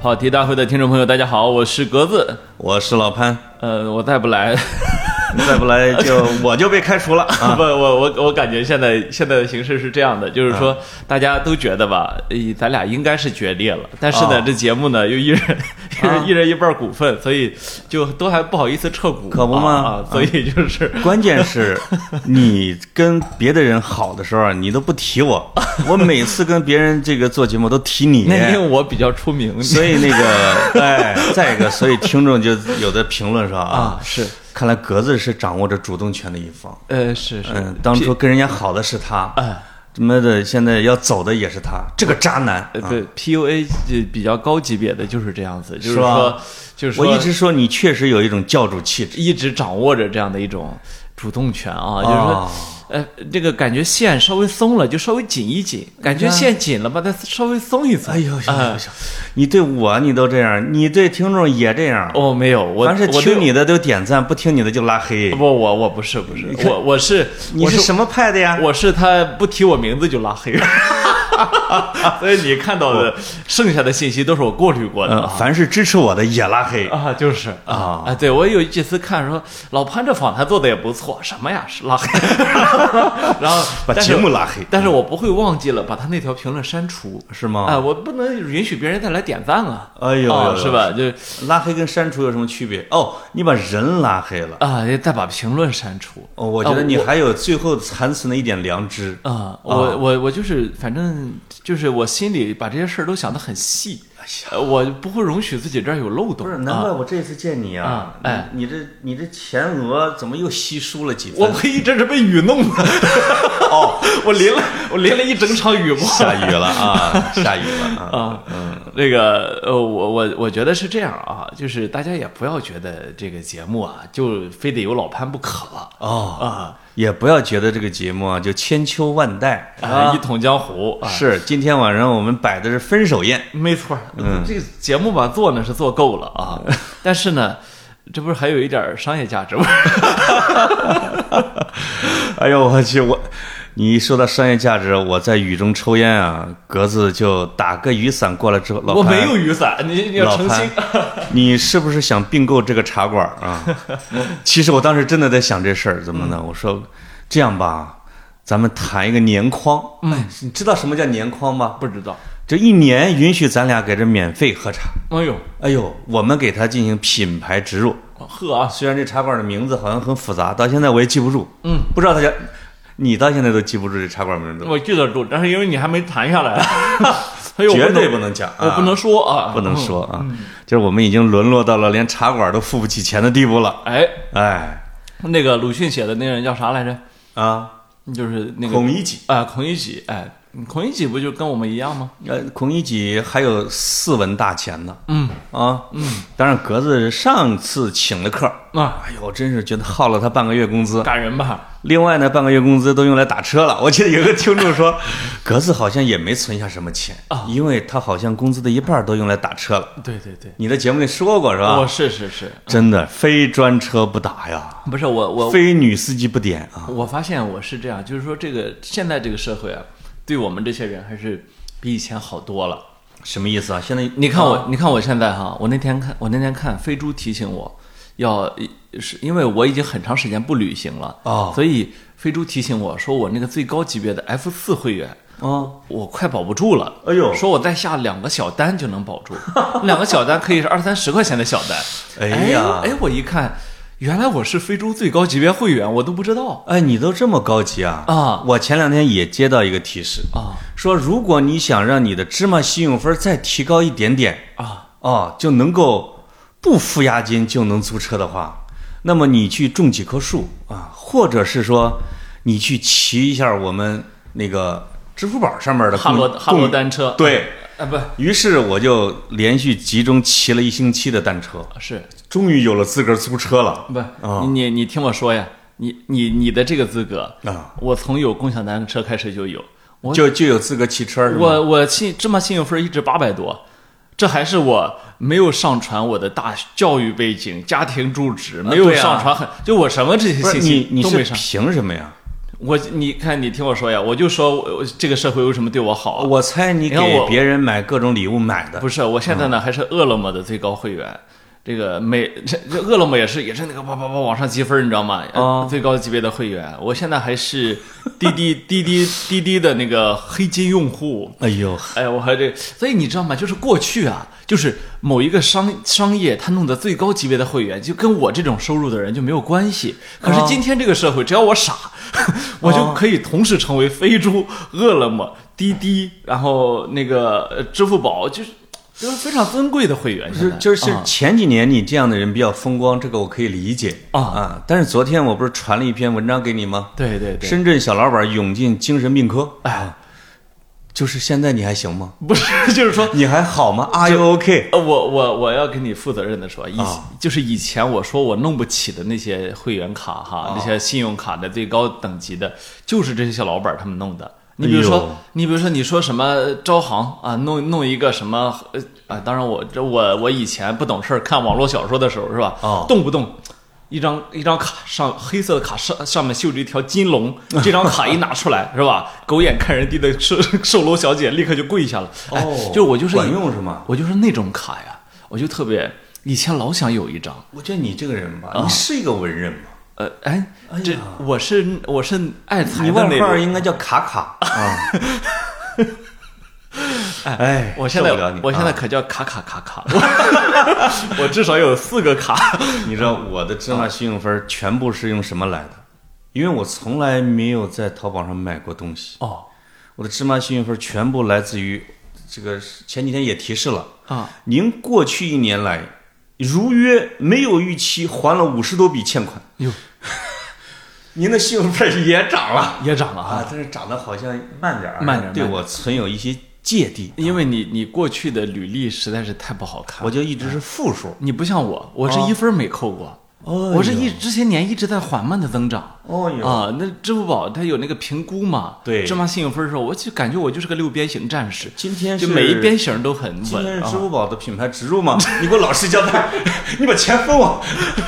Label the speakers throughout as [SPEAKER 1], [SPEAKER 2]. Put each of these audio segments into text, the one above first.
[SPEAKER 1] 跑题大会的听众朋友，大家好，我是格子。
[SPEAKER 2] 我是老潘，
[SPEAKER 1] 呃，我再不来，
[SPEAKER 2] 再不来 就我就被开除了 啊！
[SPEAKER 1] 不，我我我感觉现在现在的形势是这样的，就是
[SPEAKER 2] 啊
[SPEAKER 1] 说大家都觉得吧，诶咱俩应该是决裂了，但是呢，
[SPEAKER 2] 哦
[SPEAKER 1] 这节目呢又一人
[SPEAKER 2] 啊
[SPEAKER 1] 一人一人一半股份，所以就都还不好意思撤股，
[SPEAKER 2] 可不嘛
[SPEAKER 1] 啊，啊所以就是。
[SPEAKER 2] 关键是，你跟别的人好的时候啊，你都不提 我。我每次跟别人这个做节目都提你，
[SPEAKER 1] 那因为我比较出名，
[SPEAKER 2] 所以那 个，哎，再一个，所以听众就有的评论上啊
[SPEAKER 1] 啊，是，
[SPEAKER 2] 看来格子是掌握着主动权的一方。
[SPEAKER 1] 呃，是是，
[SPEAKER 2] 嗯，当初跟人家好的是他，
[SPEAKER 1] 哎
[SPEAKER 2] 他妈的，现在要走的也是他，啊这个渣男。
[SPEAKER 1] 呃，
[SPEAKER 2] 啊
[SPEAKER 1] 对 PUA 就比较高级别的就是这样子，就是
[SPEAKER 2] 吧
[SPEAKER 1] 说，就是说
[SPEAKER 2] 我一直说你确实有一种教主气质，
[SPEAKER 1] 一直掌握着这样的一种主动权啊，就是
[SPEAKER 2] 哦
[SPEAKER 1] 说，呃，这个感觉线稍微松了，就稍微紧一紧；感觉线紧了吧，再稍微松一松。
[SPEAKER 2] 哎呦呦呦
[SPEAKER 1] 啊
[SPEAKER 2] 呦！你对我你都这样，你对听众也这样。
[SPEAKER 1] 哦，没有，我
[SPEAKER 2] 凡是
[SPEAKER 1] 我对
[SPEAKER 2] 听你的都点赞，不听你的就拉黑
[SPEAKER 1] 不，。我我不是不是，
[SPEAKER 2] 看
[SPEAKER 1] 我我是
[SPEAKER 2] 你
[SPEAKER 1] 我
[SPEAKER 2] 是
[SPEAKER 1] 是
[SPEAKER 2] 什么派的呀？
[SPEAKER 1] 我是他不提我名字就拉 黑了，所以你看到的剩下的信息都是我过滤过的
[SPEAKER 2] 嗯，
[SPEAKER 1] 啊。
[SPEAKER 2] 凡是支持我的也拉黑。
[SPEAKER 1] 啊，就是啊啊，对我有一次看说老潘这访谈做的也不错，什么呀是拉黑， 然后
[SPEAKER 2] 把
[SPEAKER 1] 但是
[SPEAKER 2] 节目拉黑
[SPEAKER 1] 但是我不会忘记了把他那条评论删除，
[SPEAKER 2] 是吗
[SPEAKER 1] 啊，我不能允许别人再来点赞啊，
[SPEAKER 2] 哎呦
[SPEAKER 1] 啊
[SPEAKER 2] 呦呦
[SPEAKER 1] 是吧？就
[SPEAKER 2] 拉黑跟删除有什么区别？哦，你把人拉黑了。
[SPEAKER 1] 啊，再把评论删除。
[SPEAKER 2] 哦，我觉得
[SPEAKER 1] 啊
[SPEAKER 2] 你还有最后残存的一点良知。
[SPEAKER 1] 啊，我我我就是，反正就是我心里把这些事儿都想得很细，呃我不会容许自己这儿有漏洞。
[SPEAKER 2] 哎不是，
[SPEAKER 1] 啊
[SPEAKER 2] 难怪我这次见你啊
[SPEAKER 1] 啊，哎
[SPEAKER 2] 你，你这你这前额怎么又稀疏了几分？
[SPEAKER 1] 我一直是被雨弄的，
[SPEAKER 2] 哦，
[SPEAKER 1] 我淋了我淋了一整场 雨过。
[SPEAKER 2] 下雨了啊，下雨了啊。
[SPEAKER 1] 啊，那个呃，我我我觉得是这样啊，就是大家也不要觉得这个节目啊，就非得有老潘不可了
[SPEAKER 2] 哦，
[SPEAKER 1] 啊
[SPEAKER 2] 也不要觉得这个节目啊就千秋万代
[SPEAKER 1] 啊，一统江湖啊，
[SPEAKER 2] 是，今天晚上我们摆的是分 手宴。
[SPEAKER 1] 没错儿，
[SPEAKER 2] 嗯
[SPEAKER 1] 这个节目吧做呢是做够了啊，但是呢，这不是还有一点儿商业价值吗？
[SPEAKER 2] 哎呦我去，我你一说到商业价值，我在雨中抽烟啊，格子就打个雨伞过来之后，老
[SPEAKER 1] 我
[SPEAKER 2] 潘
[SPEAKER 1] 没有雨伞，你你要
[SPEAKER 2] 老
[SPEAKER 1] 诚
[SPEAKER 2] 潘
[SPEAKER 1] 心。，
[SPEAKER 2] 你是不是想并购这个茶馆 啊？其实我当时真的在想这事儿，怎么
[SPEAKER 1] 嗯
[SPEAKER 2] 呢？我说这样吧，咱们谈一个年框。嗯，你知道什么叫年框吗？
[SPEAKER 1] 不知道，
[SPEAKER 2] 这一年允许咱俩给这免费喝茶。
[SPEAKER 1] 哎呦，
[SPEAKER 2] 哎呦，我们给它进行品牌植入。
[SPEAKER 1] 呵啊，
[SPEAKER 2] 虽然这茶馆的名字好像很复杂，到现在我也记不住。
[SPEAKER 1] 嗯，
[SPEAKER 2] 不知道它叫，你到现在都记不住这茶馆名字，
[SPEAKER 1] 我记得住，但是因为你还没谈 下来，所哎以我
[SPEAKER 2] 绝对
[SPEAKER 1] 不
[SPEAKER 2] 不
[SPEAKER 1] 能，
[SPEAKER 2] 能讲，
[SPEAKER 1] 我不能
[SPEAKER 2] 啊，
[SPEAKER 1] 说啊，
[SPEAKER 2] 不能
[SPEAKER 1] 嗯。
[SPEAKER 2] 说啊，就是我们已经沦落到了连茶馆都付不起钱的地步了。
[SPEAKER 1] 哎，
[SPEAKER 2] 哎，
[SPEAKER 1] 那个鲁迅写的那个人叫啥来着？
[SPEAKER 2] 啊，
[SPEAKER 1] 就是那个
[SPEAKER 2] 孔乙己，
[SPEAKER 1] 啊，孔乙己，哎，孔乙己不就跟我们一样吗？
[SPEAKER 2] 呃，孔乙己还有四文大钱呢。
[SPEAKER 1] 嗯，
[SPEAKER 2] 啊，嗯，当然格子上次请了客，
[SPEAKER 1] 啊，
[SPEAKER 2] 哎呦，真是觉得耗了他半个月工资。
[SPEAKER 1] 感人吧？
[SPEAKER 2] 另外呢，半个月工资都用来打车了。 我记得有个听 众说，格子好像也没存下什么钱
[SPEAKER 1] 啊
[SPEAKER 2] 因为他好像工资的一半都用来打车了。
[SPEAKER 1] 对对对，
[SPEAKER 2] 你的节目里说过是吧？
[SPEAKER 1] 我是是是，
[SPEAKER 2] 真的非专车不打呀，
[SPEAKER 1] 不是我我
[SPEAKER 2] 非女司机不点啊。
[SPEAKER 1] 我发现我是这样，就是说这个现在这个社会啊，对我们这些人还是比以前好多了。
[SPEAKER 2] 什么意思啊？现在
[SPEAKER 1] 你看我，你看我现在哈，我那天看，我那天看飞猪提醒我，要是因为我已经很长时间不旅行了
[SPEAKER 2] 哦
[SPEAKER 1] 所以飞猪提醒我说我那个最高级别的 F 四会员
[SPEAKER 2] 啊，
[SPEAKER 1] 我快保不住了。
[SPEAKER 2] 哎呦
[SPEAKER 1] 说我再下两个小单就能保住， 两个小单可以是二三十块钱的小单。
[SPEAKER 2] 哎呀
[SPEAKER 1] 哎，我一看，原来我是非洲最高级别会员，我都不知道
[SPEAKER 2] 哎，你都这么高级啊？
[SPEAKER 1] 啊
[SPEAKER 2] 我前两天也接到一个提示，
[SPEAKER 1] 啊
[SPEAKER 2] 说如果你想让你的芝麻信用分再提高一点点，
[SPEAKER 1] 啊！
[SPEAKER 2] 哦，就能够不付押金就能租车的话，那么你去种几棵树啊，或者是说你去骑一下我们那个支付宝上面的
[SPEAKER 1] 哈罗
[SPEAKER 2] 共
[SPEAKER 1] 哈罗
[SPEAKER 2] 共
[SPEAKER 1] 单车，
[SPEAKER 2] 对。
[SPEAKER 1] 啊不
[SPEAKER 2] 于是我就连续集中骑了一星期的单车，
[SPEAKER 1] 是
[SPEAKER 2] 终于有了自个儿租车了。
[SPEAKER 1] 不、你你你听我说呀，你你你的这个资格
[SPEAKER 2] 啊，
[SPEAKER 1] 我从有共享单车开始就有，我
[SPEAKER 2] 就就有资格骑车是吗？
[SPEAKER 1] 我我信芝麻信用分一直八百多，这还是我没有上传我的大教育背景、家庭住址，没有
[SPEAKER 2] 对啊
[SPEAKER 1] 上传很，就我什么这些
[SPEAKER 2] 不是
[SPEAKER 1] 信息
[SPEAKER 2] 你你
[SPEAKER 1] 都
[SPEAKER 2] 是
[SPEAKER 1] 没上。
[SPEAKER 2] 凭什么呀？
[SPEAKER 1] 我你看，你听我说呀，我就说我我这个社会为什么对我好啊？
[SPEAKER 2] 我猜你
[SPEAKER 1] 你看
[SPEAKER 2] 给
[SPEAKER 1] 我
[SPEAKER 2] 别人买各种礼物买的
[SPEAKER 1] 不，是，我现在
[SPEAKER 2] 嗯
[SPEAKER 1] 呢还是饿了么的最高会员。这个每这这饿了么也是也是那个叭叭叭往上积分，你知道吗？呃
[SPEAKER 2] 哦
[SPEAKER 1] 最高级别的会员，我现在还是滴滴 滴滴滴滴的那个黑金用户。
[SPEAKER 2] 哎呦，
[SPEAKER 1] 哎，我还这，所以你知道吗？就是过去啊，就是某一个商商业，他弄的最高级别的会员，就跟我这种收入的人就没有关系。可
[SPEAKER 2] 哦
[SPEAKER 1] 是今天这个社会，只要我傻， 我就可以同时成为飞猪、饿了么、滴滴，然后那个呃支付宝，就是就是非常尊贵的会员。
[SPEAKER 2] 就
[SPEAKER 1] 现在
[SPEAKER 2] 就是
[SPEAKER 1] 啊
[SPEAKER 2] 前几年你这样的人比较风光，这个我可以理解
[SPEAKER 1] 啊
[SPEAKER 2] 啊。但是昨天我不是传了一篇文章给你吗？
[SPEAKER 1] 对对对，
[SPEAKER 2] 深圳小老板涌进精神病科，
[SPEAKER 1] 哎，
[SPEAKER 2] 就是现在你还行吗？
[SPEAKER 1] 不是，就是 说
[SPEAKER 2] 你还好吗？Are you OK？
[SPEAKER 1] 呃，我我我要跟你负责任的说，以、
[SPEAKER 2] 啊
[SPEAKER 1] 就是以前我说我弄不起的那些会员卡哈，那
[SPEAKER 2] 啊
[SPEAKER 1] 些信用卡的最高等级的，就是这些小老板他们弄的。你比如
[SPEAKER 2] 哎
[SPEAKER 1] 说，
[SPEAKER 2] 呦
[SPEAKER 1] 你比如说，你说什么招行啊，弄弄一个什么呃啊，当然我这我我以前不懂事儿，看网络小说的时候是吧？
[SPEAKER 2] 哦
[SPEAKER 1] 动不动一张一张卡上黑色的卡上上面绣着一条金龙，这张卡一拿出来是吧？狗眼看人低的售 售楼小姐立刻就跪下了。哎
[SPEAKER 2] 哦，
[SPEAKER 1] 就我就是
[SPEAKER 2] 管用是吗？
[SPEAKER 1] 我就是那种卡呀，我就特别以前老想有一张，
[SPEAKER 2] 我觉得你这个人吧，你是一个文人嘛，
[SPEAKER 1] 呃，哎
[SPEAKER 2] 哎，
[SPEAKER 1] 这
[SPEAKER 2] 呀
[SPEAKER 1] 我是我是爱财
[SPEAKER 2] 你
[SPEAKER 1] 的
[SPEAKER 2] 外
[SPEAKER 1] 那
[SPEAKER 2] 号
[SPEAKER 1] 种。
[SPEAKER 2] 应该叫卡卡啊。 哎，
[SPEAKER 1] 我现
[SPEAKER 2] 受不了
[SPEAKER 1] 在
[SPEAKER 2] 你，
[SPEAKER 1] 我现在
[SPEAKER 2] 啊
[SPEAKER 1] 可叫卡卡卡 卡，我我至少有四个卡。
[SPEAKER 2] 你知道我的芝麻信用分全部是用什么来的？因为我从来没有在淘宝上买过东西，
[SPEAKER 1] 哦
[SPEAKER 2] 我的芝麻信用分全部来自于这个前几天也提示了，
[SPEAKER 1] 啊，
[SPEAKER 2] 您过去一年来如约没有逾期还了五十多笔欠款，
[SPEAKER 1] 哟，
[SPEAKER 2] 您的信用分也涨了
[SPEAKER 1] 也涨了
[SPEAKER 2] 啊
[SPEAKER 1] 啊，，
[SPEAKER 2] 但是涨得好像慢点儿，
[SPEAKER 1] 慢点儿
[SPEAKER 2] 对
[SPEAKER 1] 慢点
[SPEAKER 2] 我存有一些芥蒂，
[SPEAKER 1] 因为你你过去的履历实在是太不好看了
[SPEAKER 2] 我。就一啊直是负数。
[SPEAKER 1] 你不像我，我是一分没扣过，
[SPEAKER 2] 哦
[SPEAKER 1] 我是一这些年一直在缓慢的增长。
[SPEAKER 2] 哦哟，
[SPEAKER 1] 啊，那支付宝它有那个评估嘛？
[SPEAKER 2] 对
[SPEAKER 1] 芝麻信用分的时候，我就感觉我就是个六边形战士，
[SPEAKER 2] 今天
[SPEAKER 1] 就是每一边形都很
[SPEAKER 2] 今天
[SPEAKER 1] 稳
[SPEAKER 2] 是支
[SPEAKER 1] 啊。
[SPEAKER 2] 付宝的品牌植入吗？ 你给我老实交代， 你把钱分我。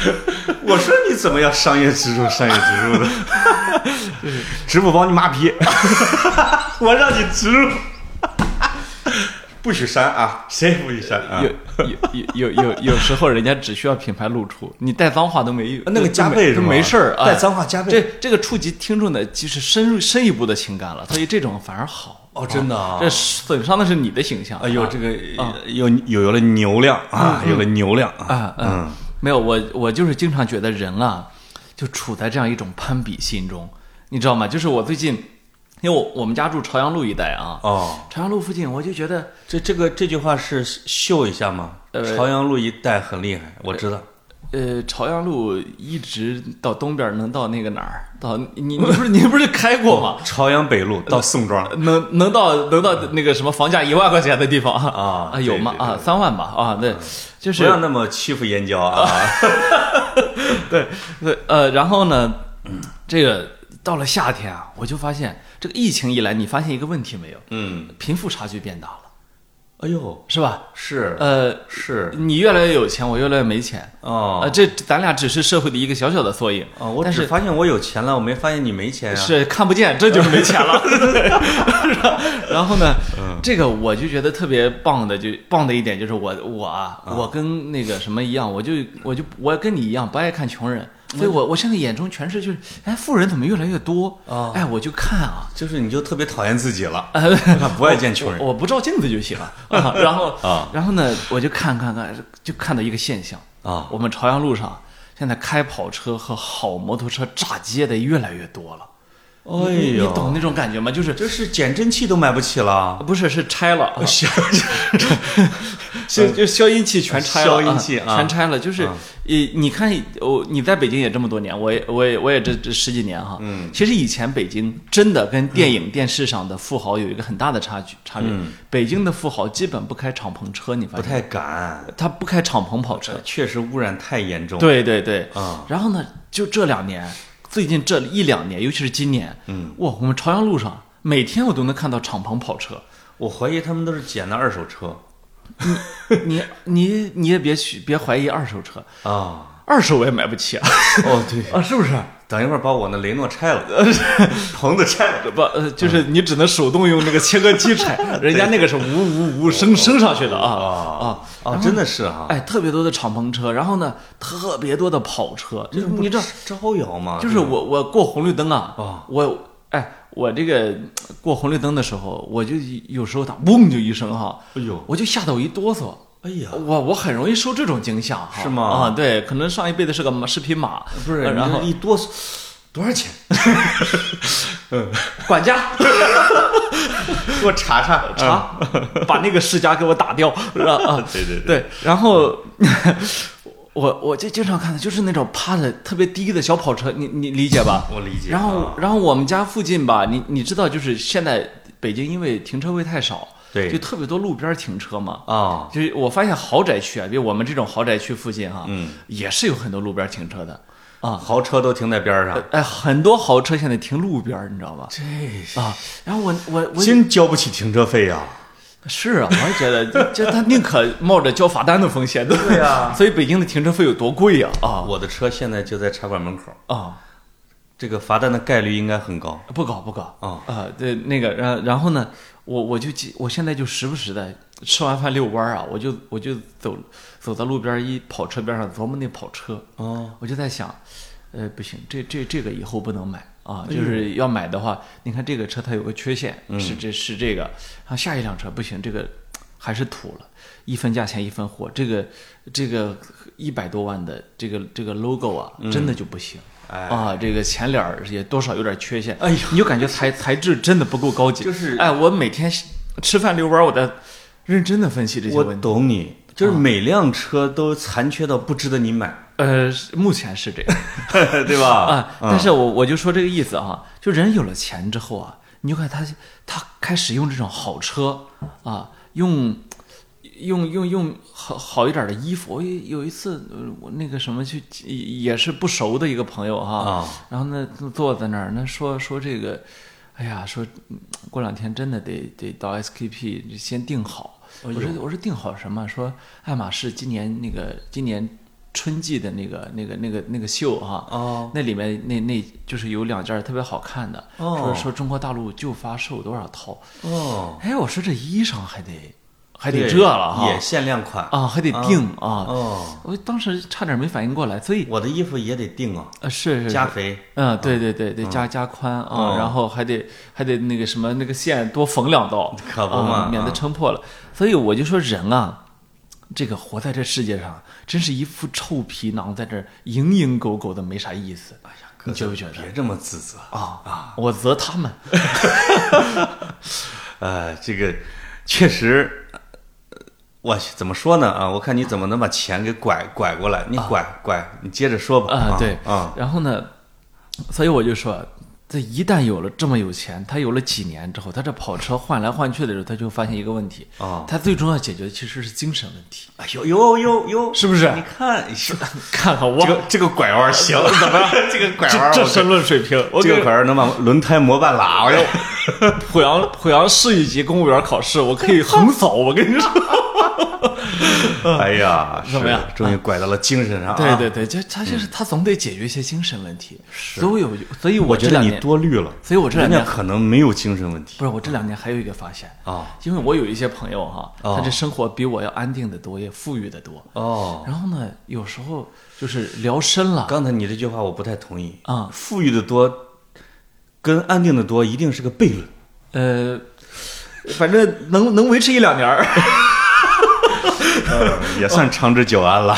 [SPEAKER 2] 我说你怎么要商业植入、商业植入的？ 支付宝你妈逼！ 我让你植入， 不许删啊！谁也不许删啊！
[SPEAKER 1] 有有有有有有时候人家只需要品牌露出，你带脏话都没用，
[SPEAKER 2] 啊那个
[SPEAKER 1] 都
[SPEAKER 2] 加倍是
[SPEAKER 1] 都
[SPEAKER 2] 吗
[SPEAKER 1] 没都没事儿啊。
[SPEAKER 2] 带脏话加倍
[SPEAKER 1] 这这个触及听众的就是深入深一步的情感了，所以这种反而好。
[SPEAKER 2] 哦，真的啊
[SPEAKER 1] 这损伤的是你的形象。
[SPEAKER 2] 哎呦，
[SPEAKER 1] 啊
[SPEAKER 2] 这个有有有了牛量啊，有了牛量啊！
[SPEAKER 1] 啊，嗯，没有，我我就是经常觉得人啊，就处在这样一种攀比心中，你知道吗？就是我最近，因为我我们家住朝阳路一带啊，
[SPEAKER 2] 哦，
[SPEAKER 1] 朝阳路附近，我就觉得
[SPEAKER 2] 这这个这句话是秀一下吗？
[SPEAKER 1] 呃
[SPEAKER 2] 朝阳路一带很厉害，我知道。
[SPEAKER 1] 呃，朝阳路一直到东边儿能到那个哪儿？到你你不是你不是开过吗？
[SPEAKER 2] 朝阳北路到宋庄，
[SPEAKER 1] 能能到能到那个什么房价一万块钱的地方
[SPEAKER 2] 啊
[SPEAKER 1] 有吗？
[SPEAKER 2] 对对嗯
[SPEAKER 1] 啊，三万吧啊，对，就
[SPEAKER 2] 不
[SPEAKER 1] 是
[SPEAKER 2] 要那么欺负燕郊啊！
[SPEAKER 1] 对对，呃，然后呢，这个到了夏天啊，我就发现这个疫情以来，你发现一个问题没有？
[SPEAKER 2] 嗯，
[SPEAKER 1] 贫富差距变大了，
[SPEAKER 2] 哎呦，
[SPEAKER 1] 是吧？
[SPEAKER 2] 是
[SPEAKER 1] 呃，
[SPEAKER 2] 是
[SPEAKER 1] 你越来越有钱，我越来越没钱。啊、
[SPEAKER 2] 哦
[SPEAKER 1] 这咱俩只是社会的一个小小的缩影啊
[SPEAKER 2] 哦，我
[SPEAKER 1] 但
[SPEAKER 2] 只
[SPEAKER 1] 是
[SPEAKER 2] 发现我有钱了，我没发现你没钱啊。
[SPEAKER 1] 是看不见，这就是没钱 了。然后呢，
[SPEAKER 2] 嗯
[SPEAKER 1] 这个我就觉得特别棒的，就棒的一点就是我我啊，
[SPEAKER 2] 嗯
[SPEAKER 1] 我跟那个什么一样，我就我就我跟你一样不爱看穷人，所以我我现在眼中全是就是，哎，富人怎么越来越多
[SPEAKER 2] 哦？
[SPEAKER 1] 哎，我就看啊，
[SPEAKER 2] 就是你就特别讨厌自己了，
[SPEAKER 1] 呃
[SPEAKER 2] 不爱见穷人
[SPEAKER 1] 我我不照镜子就行了。啊然后
[SPEAKER 2] 啊
[SPEAKER 1] 然后呢，我就看看看，就看到一个现象
[SPEAKER 2] 啊
[SPEAKER 1] 我们朝阳路上现在开跑车和好摩托车炸街的越来越多了。
[SPEAKER 2] 哎
[SPEAKER 1] 你
[SPEAKER 2] 呦
[SPEAKER 1] 你懂那种感觉吗？就是
[SPEAKER 2] 就是减震器都买不起了，
[SPEAKER 1] 不是是拆 了啊，
[SPEAKER 2] 消
[SPEAKER 1] 就就消音器全拆了啊，
[SPEAKER 2] 消音器啊
[SPEAKER 1] 全拆了。就是你你看我你在北京也这么多年，我也我也我也这这十几年哈。嗯，其实以前北京真的跟电影电视上的富豪有一个很大的差距差别。北京的富豪基本不开敞篷车，你发
[SPEAKER 2] 不
[SPEAKER 1] 现
[SPEAKER 2] 太敢，
[SPEAKER 1] 他不开敞篷跑车。
[SPEAKER 2] 确实污染太严重。，
[SPEAKER 1] 对对对，
[SPEAKER 2] 啊
[SPEAKER 1] 然后呢，就这两年，最近这一两年，尤其是今年，嗯，哇，我们朝阳路上每天我都能看到敞篷跑车。
[SPEAKER 2] 我怀疑他们都是捡的二手车
[SPEAKER 1] 你你你也别去别怀疑二手车，
[SPEAKER 2] 啊。
[SPEAKER 1] 二手我也买不起啊，
[SPEAKER 2] 哦，对，
[SPEAKER 1] 啊，是不是？
[SPEAKER 2] 等一会儿把我那雷诺拆了，棚子拆 了，
[SPEAKER 1] 不，呃，就是你只能手动用那个切割机拆，人家那个是呜呜呜升升上去的啊啊
[SPEAKER 2] 哦，真的是
[SPEAKER 1] 啊！
[SPEAKER 2] 哈、
[SPEAKER 1] 哎，特别多的敞篷车，然后呢，特别多的跑车，就是你知道，
[SPEAKER 2] 招摇吗？
[SPEAKER 1] 就是我我过红绿灯啊，
[SPEAKER 2] 哦
[SPEAKER 1] 我哎我这个过红绿灯的时候，我就有时候打嗡就一声哈，
[SPEAKER 2] 哎呦，
[SPEAKER 1] 我就吓得我一哆嗦。
[SPEAKER 2] 哎呀，
[SPEAKER 1] 我我很容易受这种惊吓哈，
[SPEAKER 2] 是吗
[SPEAKER 1] 啊，对，可能上一辈子是个马视频马，
[SPEAKER 2] 不是，
[SPEAKER 1] 呃然
[SPEAKER 2] 你
[SPEAKER 1] 后
[SPEAKER 2] 这一哆嗦，多 少钱？
[SPEAKER 1] 管 家
[SPEAKER 2] 给我查查啊查。
[SPEAKER 1] 查，把那个世家给我打掉，是吧？啊，
[SPEAKER 2] 嗯对对对，
[SPEAKER 1] 对，然后我我就经常看的就是那种趴的特别低的小跑车，你你理解吧？
[SPEAKER 2] 我理解。
[SPEAKER 1] 然后
[SPEAKER 2] 啊
[SPEAKER 1] 然后我们家附近吧，你你知道，就是现在北京因为停车位太少，
[SPEAKER 2] 对
[SPEAKER 1] 就特别多路边停车嘛。
[SPEAKER 2] 啊，
[SPEAKER 1] 就是我发现豪宅区啊，比如我们这种豪宅区附近哈、
[SPEAKER 2] 嗯，
[SPEAKER 1] 也是有很多路边停车的啊。
[SPEAKER 2] 豪车都停在边儿上，
[SPEAKER 1] 哎，很多豪车现在停路边儿，你知道吧？
[SPEAKER 2] 这
[SPEAKER 1] 啊，然后我我我
[SPEAKER 2] 真交不起停车费呀。
[SPEAKER 1] 是啊，我也觉得，就就他宁可冒着交罚单的风险，对
[SPEAKER 2] 对啊
[SPEAKER 1] 所以北京的停车费有多贵呀、啊？
[SPEAKER 2] 我的车现在就在茶馆门口，
[SPEAKER 1] 啊
[SPEAKER 2] 这个罚单的概率应该很高。
[SPEAKER 1] 不搞不搞
[SPEAKER 2] 啊
[SPEAKER 1] 啊！对，那个，然然后呢，我我就记我现在就时不时的吃完饭遛弯儿啊，我就我就走走到路边儿一跑车边上琢磨那跑车，
[SPEAKER 2] 哦，
[SPEAKER 1] 我就在想，呃，不行，这这这个以后不能买
[SPEAKER 2] 嗯
[SPEAKER 1] 啊，就是要买的话，你看这个车它有个缺陷，是这是这个，然后下一辆车不行，这个还是土了，一分价钱一分货，这个这个一百多万的这个这个 logo 啊，真的就不行。
[SPEAKER 2] 哎
[SPEAKER 1] 啊，这个前脸儿也多少有点缺陷，哎呀，你就感觉材材质真的不够高级。
[SPEAKER 2] 就是
[SPEAKER 1] 哎，我每天吃饭遛弯儿，我在认真的分析这些
[SPEAKER 2] 我
[SPEAKER 1] 问题。啊
[SPEAKER 2] 懂你，就是每辆车都残缺到不值得你买，
[SPEAKER 1] 呃，是目前是这样。
[SPEAKER 2] 对吧？
[SPEAKER 1] 啊，
[SPEAKER 2] 嗯
[SPEAKER 1] 但是我我就说这个意思哈、就人有了钱之后啊，你就看他他开始用这种好车啊，用用用用好好一点的衣服。我有一次呃我那个什么去也是不熟的一个朋友哈、
[SPEAKER 2] 啊
[SPEAKER 1] 然后呢坐在那儿呢说说这个，哎呀，说嗯过两天真的得得到 SKP 先定好。我
[SPEAKER 2] 哎
[SPEAKER 1] 说我说定好什么？说爱马仕今年那个今年春季的那个那个那个那个秀哈、
[SPEAKER 2] 哦
[SPEAKER 1] 那里面那那就是有两件特别好看的，
[SPEAKER 2] 哦
[SPEAKER 1] 说说中国大陆就发售多少套。
[SPEAKER 2] 哦，
[SPEAKER 1] 哎，我说这衣裳还得还得
[SPEAKER 2] 对
[SPEAKER 1] 这了哈，
[SPEAKER 2] 也限量款
[SPEAKER 1] 啊还得定啊，
[SPEAKER 2] 哦，
[SPEAKER 1] 我当时差点没反应过来，所以
[SPEAKER 2] 我的衣服也得定啊，
[SPEAKER 1] 呃是是
[SPEAKER 2] 加
[SPEAKER 1] 是。
[SPEAKER 2] 肥。
[SPEAKER 1] 嗯，对对对，得加加宽啊，
[SPEAKER 2] 嗯
[SPEAKER 1] 然后还得还得那个什么那个线多缝两道，
[SPEAKER 2] 可不
[SPEAKER 1] 啊
[SPEAKER 2] 嘛
[SPEAKER 1] 免得
[SPEAKER 2] 啊
[SPEAKER 1] 撑破了。所以我就说人啊，这个活在这世界上，真是一副臭皮囊，在这儿蝇营狗苟的，没啥意思。哎呀，你觉不觉得？
[SPEAKER 2] 别这么自责。
[SPEAKER 1] 啊啊！我责他们。
[SPEAKER 2] 呃，这个确实，呃我去怎么说呢？啊，我看你怎么能把钱给拐拐过来？你拐、拐，你接着说吧。
[SPEAKER 1] 啊，对
[SPEAKER 2] 啊，
[SPEAKER 1] 然后呢，所以我就说，这一旦有了这么有钱，他有了几年之后，他这跑车换来换去的时候，他就发现一个问题
[SPEAKER 2] 啊
[SPEAKER 1] 他最重要解决的其实是精神问题，
[SPEAKER 2] 哎呦呦呦呦，
[SPEAKER 1] 是不是
[SPEAKER 2] 你看，是
[SPEAKER 1] 看看 我
[SPEAKER 2] 这个这个拐弯 行，怎么样？ 这个拐弯
[SPEAKER 1] 这这
[SPEAKER 2] 我跟，
[SPEAKER 1] 申论水平，我
[SPEAKER 2] 这
[SPEAKER 1] 给
[SPEAKER 2] 个拐弯能把轮胎磨半 拉。哎呦，
[SPEAKER 1] 濮阳濮阳市一级公务员考试，我可以横扫，我跟你 说。
[SPEAKER 2] 哎呀，
[SPEAKER 1] 嗯怎么样
[SPEAKER 2] 是终于拐到了精神上啊！
[SPEAKER 1] 对对，对，就他就是他总得解决一些精神问题，所以我就所以
[SPEAKER 2] 我
[SPEAKER 1] 我
[SPEAKER 2] 觉
[SPEAKER 1] 这
[SPEAKER 2] 得
[SPEAKER 1] 两
[SPEAKER 2] 你
[SPEAKER 1] 年，
[SPEAKER 2] 多虑了，
[SPEAKER 1] 所以我这两
[SPEAKER 2] 人家
[SPEAKER 1] 年
[SPEAKER 2] 可能没有精神问题
[SPEAKER 1] 不是我这两年还有一个发现。
[SPEAKER 2] 啊。
[SPEAKER 1] 因为我有一些朋友哈，
[SPEAKER 2] 哦
[SPEAKER 1] 他这生活比我要安定的多，也富裕的多。
[SPEAKER 2] 哦，
[SPEAKER 1] 然后呢，有时候就是聊深了，
[SPEAKER 2] 刚才你这句话我不太同意
[SPEAKER 1] 啊
[SPEAKER 2] 富裕的多跟安定的多一定是个悖论。
[SPEAKER 1] 呃，反正能能维持一两年儿。
[SPEAKER 2] 也算长治久安了。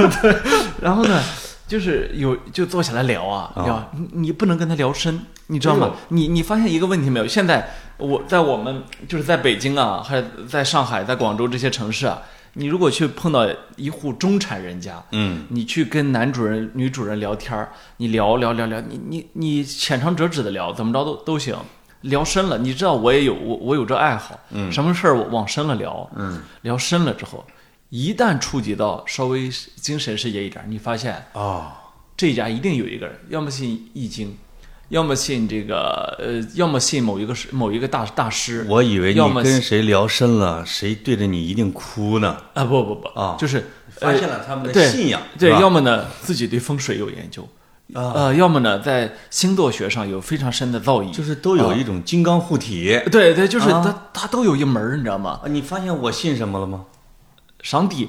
[SPEAKER 1] 然后呢，就是有就坐下来聊啊聊，你你不能跟他聊深，你知道
[SPEAKER 2] 哎
[SPEAKER 1] 吗
[SPEAKER 2] 呦？
[SPEAKER 1] 你你发现一个问题没有？现在我在我们就是在北京啊，还在上海、在广州这些城市啊，你如果去碰到一户中产人家，
[SPEAKER 2] 嗯，
[SPEAKER 1] 你去跟男主人、女主人聊天儿，你聊聊聊聊，你你你浅尝辄止的聊，怎么着都都行。聊深了，你知道我也有我我有这爱好，嗯，什么事儿我往深了聊，嗯，聊深了之后，一旦触及到稍微精神世界一点儿，你发现
[SPEAKER 2] 哦，
[SPEAKER 1] 这家一定有一个人，要么信易经，要么信这个呃，要么信某一个是某一个大大师，
[SPEAKER 2] 我以为你
[SPEAKER 1] 要么
[SPEAKER 2] 跟谁聊深了，谁对着你一定哭呢。
[SPEAKER 1] 啊不不不
[SPEAKER 2] 啊
[SPEAKER 1] 就是
[SPEAKER 2] 发现
[SPEAKER 1] 呃
[SPEAKER 2] 了他们的
[SPEAKER 1] 对
[SPEAKER 2] 信仰
[SPEAKER 1] 对，
[SPEAKER 2] 是吧
[SPEAKER 1] 要么呢自己对风水有研究，
[SPEAKER 2] 啊
[SPEAKER 1] 呃，要么呢在星座学上有非常深的造诣，
[SPEAKER 2] 就是都有一种金刚护体。
[SPEAKER 1] 对对，就是
[SPEAKER 2] 啊
[SPEAKER 1] 他、他都有一门儿你知道吗？
[SPEAKER 2] 啊你发现我信什么了吗？
[SPEAKER 1] 上 帝，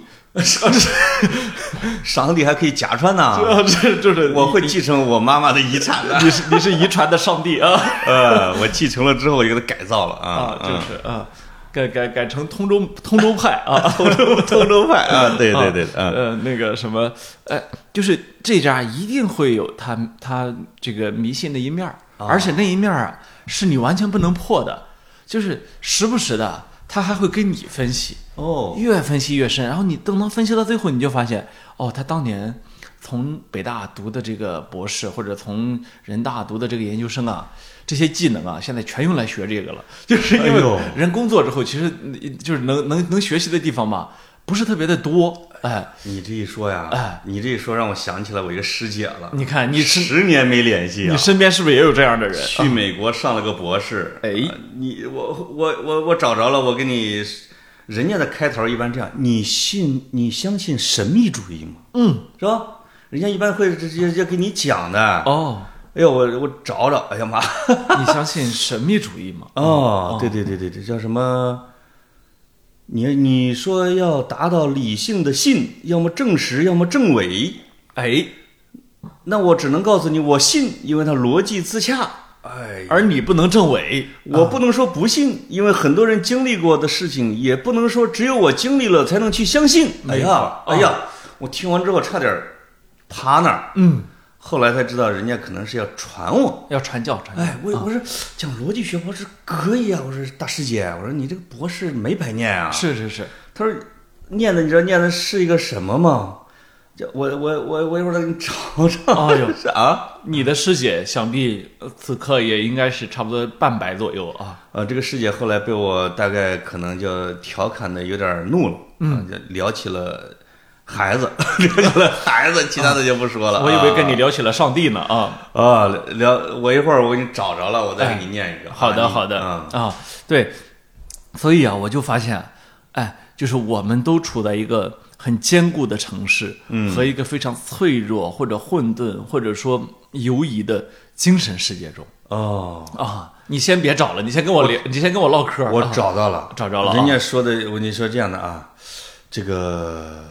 [SPEAKER 2] 上帝还可以假传呐、
[SPEAKER 1] 这就是
[SPEAKER 2] 我会继承我妈妈的 遗产的。
[SPEAKER 1] 你是你是遗传的上帝啊
[SPEAKER 2] 呃，我继承了之后，我就给它改造了啊，
[SPEAKER 1] 啊，，就是啊，改改改成通州通州派啊
[SPEAKER 2] 通州通州派啊，对对对，
[SPEAKER 1] 啊
[SPEAKER 2] 嗯，
[SPEAKER 1] 呃，那个什么，呃，就是这家一定会有他他这个迷信的一面儿，而且那一面儿啊是你完全不能破的，就是时不时的他还会跟你分析，
[SPEAKER 2] 哦，
[SPEAKER 1] 越分析越深，然后你等能分析到最后，你就发现，哦，他当年从北大读的这个博士，或者从人大读的这个研究生啊，这些技能啊，现在全用来学这个了， 就是因
[SPEAKER 2] 哎
[SPEAKER 1] 为
[SPEAKER 2] 呦
[SPEAKER 1] 人工作之后，其实嗯就是能能能学习的地方嘛，不是特别的多，哎，
[SPEAKER 2] 你这一说呀
[SPEAKER 1] 哎，
[SPEAKER 2] 你这一说让我想起来我一个师姐了，
[SPEAKER 1] 你看你身
[SPEAKER 2] 十年没联系啊
[SPEAKER 1] 你，身边是不是也有这样的人？
[SPEAKER 2] 去美国上了个博士，
[SPEAKER 1] 哎
[SPEAKER 2] 呃你我我我我找着了，我给你，人家的开头一般这样，你信你相信神秘主义吗？
[SPEAKER 1] 嗯，
[SPEAKER 2] 是吧？人家一般会直接直接给你讲的。
[SPEAKER 1] 哦，
[SPEAKER 2] 哎呦，我我找找，哎呀妈！
[SPEAKER 1] 你相信神秘主义吗？
[SPEAKER 2] 哦，对对对对对，叫什么？你你说要达到理性的信，要么证实，要么证伪。
[SPEAKER 1] 哎，
[SPEAKER 2] 那我只能告诉你，我信，因为它逻辑自洽。哎呀，
[SPEAKER 1] 而你不能证伪，
[SPEAKER 2] 我不能说不信，因为很多人经历过的事情，也不能说只有我经历了才能去相信。哎
[SPEAKER 1] 没错
[SPEAKER 2] 呀
[SPEAKER 1] 啊，
[SPEAKER 2] 哎呀，我听完之后差点儿趴那儿。
[SPEAKER 1] 嗯，
[SPEAKER 2] 后来才知道，人家可能是要传我。
[SPEAKER 1] 要传教传教。
[SPEAKER 2] 哎，我我说讲逻辑学博士可以啊，我说大师姐，我说你这个博士没白念啊。
[SPEAKER 1] 是是是，
[SPEAKER 2] 他说念的你知道念的是一个什么吗？这我我我我一会儿再给你 找找。
[SPEAKER 1] 哎呦
[SPEAKER 2] 是啊，
[SPEAKER 1] 你的师姐想必呃此刻也应该是差不多半百左右啊。
[SPEAKER 2] 呃，这个师姐后来被我大概可能就调侃的有点怒了，嗯，就聊起了孩子， 聊起了孩子，其他的就不说了。
[SPEAKER 1] 我以为跟你
[SPEAKER 2] 啊
[SPEAKER 1] 聊起了上帝呢啊。
[SPEAKER 2] 啊聊，我一会儿我给你找着了，我再给你念一个。
[SPEAKER 1] 好的
[SPEAKER 2] 啊你
[SPEAKER 1] 好的
[SPEAKER 2] 啊，
[SPEAKER 1] 啊，对，所以啊，我就发现，哎，就是我们都处在一个很坚固的城市，嗯，和一个非常脆弱或者混沌或者说犹疑的精神世界中
[SPEAKER 2] 哦，
[SPEAKER 1] 啊。你先别找了，你先跟我聊，你先跟我唠嗑儿。
[SPEAKER 2] 我
[SPEAKER 1] 啊
[SPEAKER 2] 找到了，
[SPEAKER 1] 找着了啊
[SPEAKER 2] 人家说的，我跟你说这样的啊，这个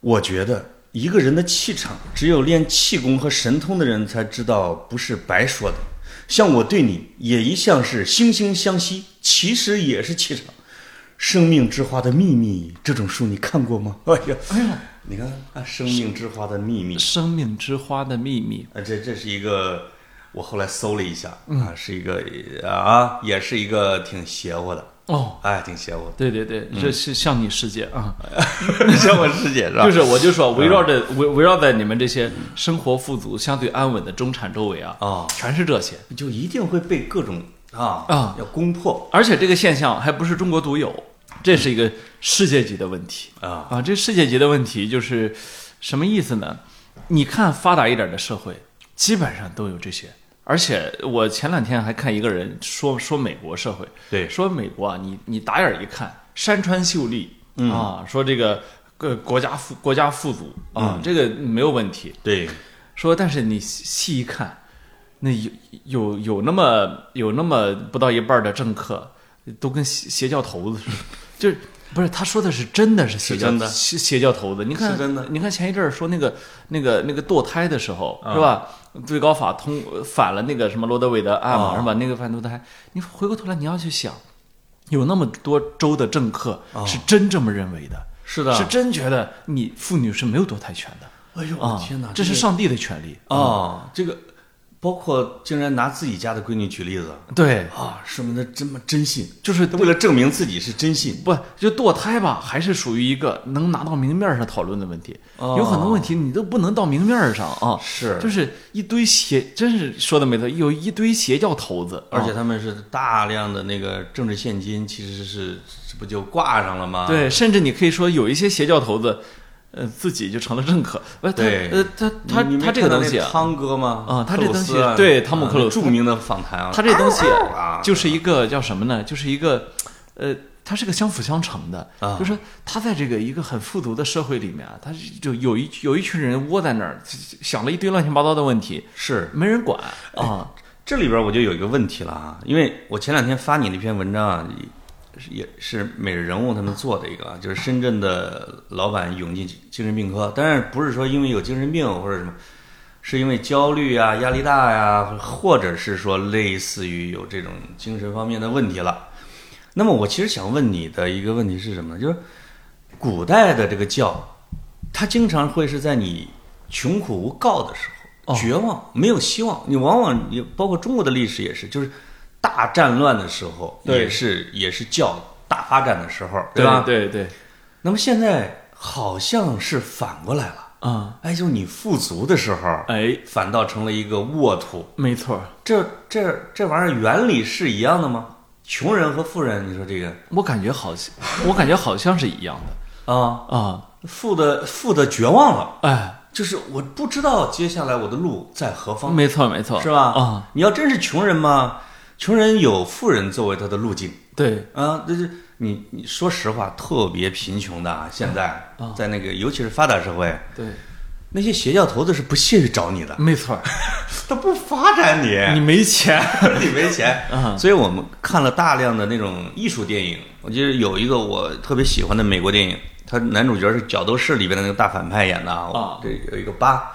[SPEAKER 2] 我觉得一个人的气场，只有练气功和神通的人才知道，不是白说的。像我对你也一向是惺惺相惜，其实也是气场。生命之花的秘密这种书你看过吗？ 哎呀，哎呀，你看啊，生命之花的秘密，
[SPEAKER 1] 生命之花的秘密，
[SPEAKER 2] 啊，这这是一个，我后来搜了一下
[SPEAKER 1] 嗯
[SPEAKER 2] 啊，是一个啊，也是一个挺邪乎的，
[SPEAKER 1] 哦，
[SPEAKER 2] 哎，挺邪乎的。
[SPEAKER 1] 对对对，
[SPEAKER 2] 嗯
[SPEAKER 1] 这是向你世界啊。
[SPEAKER 2] 像我师姐是吧？
[SPEAKER 1] 就
[SPEAKER 2] 嗯
[SPEAKER 1] 是我就说围绕着围围绕在你们这些生活富足、相对安稳的中产周围啊，
[SPEAKER 2] 啊
[SPEAKER 1] 全是这些。
[SPEAKER 2] 就一定会被各种啊
[SPEAKER 1] 啊
[SPEAKER 2] 要攻破
[SPEAKER 1] 而且这个现象还不是中国独有，这是一个世界级的问题
[SPEAKER 2] 啊
[SPEAKER 1] 啊！这世界级的问题就是什么意思呢？你看发达一点的社会，基本上都有这些。而且我前两天还看一个人说说美国社会，
[SPEAKER 2] 对
[SPEAKER 1] 说美国啊，你你打眼儿一看，山川秀丽、
[SPEAKER 2] 嗯
[SPEAKER 1] 啊，说这个呃国家富国家富足啊，
[SPEAKER 2] 嗯
[SPEAKER 1] 这个没有问题。
[SPEAKER 2] 对
[SPEAKER 1] 说，但是你细细一看，那有有有那么有那么不到一半儿的政客，都跟邪邪教头子似的， 就是不是他说的是真的是邪
[SPEAKER 2] 是
[SPEAKER 1] 教
[SPEAKER 2] 真的
[SPEAKER 1] 邪邪教头子？你看
[SPEAKER 2] 是真的
[SPEAKER 1] 你看前一阵儿说那个那个那个堕胎的时候、
[SPEAKER 2] 啊
[SPEAKER 1] 是吧？最高法通呃反了那个什么罗德韦德案嘛、
[SPEAKER 2] 啊
[SPEAKER 1] 是吧？那个反堕胎，你回过头来你要去想，有那么多州的政客是真这么认为的，
[SPEAKER 2] 啊是的
[SPEAKER 1] 是真觉得你妇女是没有堕胎权的。
[SPEAKER 2] 哎呦
[SPEAKER 1] 啊，这是上帝的权利
[SPEAKER 2] 啊、这个包括竟然拿自己家的闺女举例子
[SPEAKER 1] 对，
[SPEAKER 2] 啊，说明他这么真信，
[SPEAKER 1] 就是
[SPEAKER 2] 他为了证明自己是真信，
[SPEAKER 1] 不就堕胎吧，还是属于一个能拿到明面上讨论的问题。
[SPEAKER 2] 哦
[SPEAKER 1] 有很多问题你都不能到明面上啊，
[SPEAKER 2] 是
[SPEAKER 1] 就是一堆邪，真是说的没错，有一堆邪教头子，
[SPEAKER 2] 而且
[SPEAKER 1] 啊
[SPEAKER 2] 他们是大量的那个政治现金，其实是这不就挂上了吗？，
[SPEAKER 1] 对，甚至你可以说有一些邪教头子，呃，自己就成了政客，不是他
[SPEAKER 2] 对
[SPEAKER 1] 呃他他
[SPEAKER 2] 你你没
[SPEAKER 1] 他这个
[SPEAKER 2] 看到
[SPEAKER 1] 东西
[SPEAKER 2] 那
[SPEAKER 1] 啊，
[SPEAKER 2] 汤哥吗？
[SPEAKER 1] 啊他这
[SPEAKER 2] 克鲁
[SPEAKER 1] 东西
[SPEAKER 2] 斯啊
[SPEAKER 1] 对汤姆克鲁斯
[SPEAKER 2] 啊著名的访谈啊，
[SPEAKER 1] 他这东西
[SPEAKER 2] 啊
[SPEAKER 1] 就是一个叫什么呢？就是一个，呃，它是个相辅相成的，
[SPEAKER 2] 啊
[SPEAKER 1] 就是说他在这个一个很富足的社会里面啊，他是就有一有一群人窝在那儿，想了一堆乱七八糟的问题，
[SPEAKER 2] 是
[SPEAKER 1] 没人管
[SPEAKER 2] 哎
[SPEAKER 1] 啊。
[SPEAKER 2] 这里边我就有一个问题了啊，因为我前两天发你那篇文章啊，也也是每日人物他们做的一个啊，就是深圳的老板涌进精神病科，当然不是说因为有精神病或者什么，是因为焦虑啊、压力大呀、或者是说类似于有这种精神方面的问题了。那么我其实想问你的一个问题是什么呢？就是古代的这个教，它经常会是在你穷苦无告的时候，
[SPEAKER 1] 哦
[SPEAKER 2] 绝望没有希望。你往往你包括中国的历史也是，就是大战乱的时候，
[SPEAKER 1] 对
[SPEAKER 2] 也是也是教大发展的时候，吧？
[SPEAKER 1] 对对
[SPEAKER 2] 那么现在好像是反过来了，
[SPEAKER 1] 啊，
[SPEAKER 2] 哎，就你富足的时候，
[SPEAKER 1] 哎，
[SPEAKER 2] 反倒成了一个沃土。
[SPEAKER 1] 没错儿，
[SPEAKER 2] 这这这玩意儿原理是一样的吗？穷人和富人，你说这个
[SPEAKER 1] 我感觉好像，我感觉好像是一样的
[SPEAKER 2] 啊，
[SPEAKER 1] 啊，
[SPEAKER 2] 富的富的绝望了。
[SPEAKER 1] 哎，
[SPEAKER 2] 就是我不知道接下来我的路在何方，
[SPEAKER 1] 没错没错，
[SPEAKER 2] 是吧？
[SPEAKER 1] 啊，，
[SPEAKER 2] 你要真是穷人嘛，穷人有富人作为他的路径
[SPEAKER 1] 对，
[SPEAKER 2] 啊，就是你你说实话，特别贫穷的啊，现在在那个尤其是发达社会，
[SPEAKER 1] 对，
[SPEAKER 2] 那些邪教头子是不屑于找你的，
[SPEAKER 1] 没错儿，
[SPEAKER 2] 他不发展你，
[SPEAKER 1] 你没钱，
[SPEAKER 2] 你没钱
[SPEAKER 1] 啊
[SPEAKER 2] 所以我们看了大量的那种艺术电影。我记得有一个我特别喜欢的美国电影，它男主角是《角斗士》里边的那个大反派演的
[SPEAKER 1] 啊
[SPEAKER 2] 这有一个疤，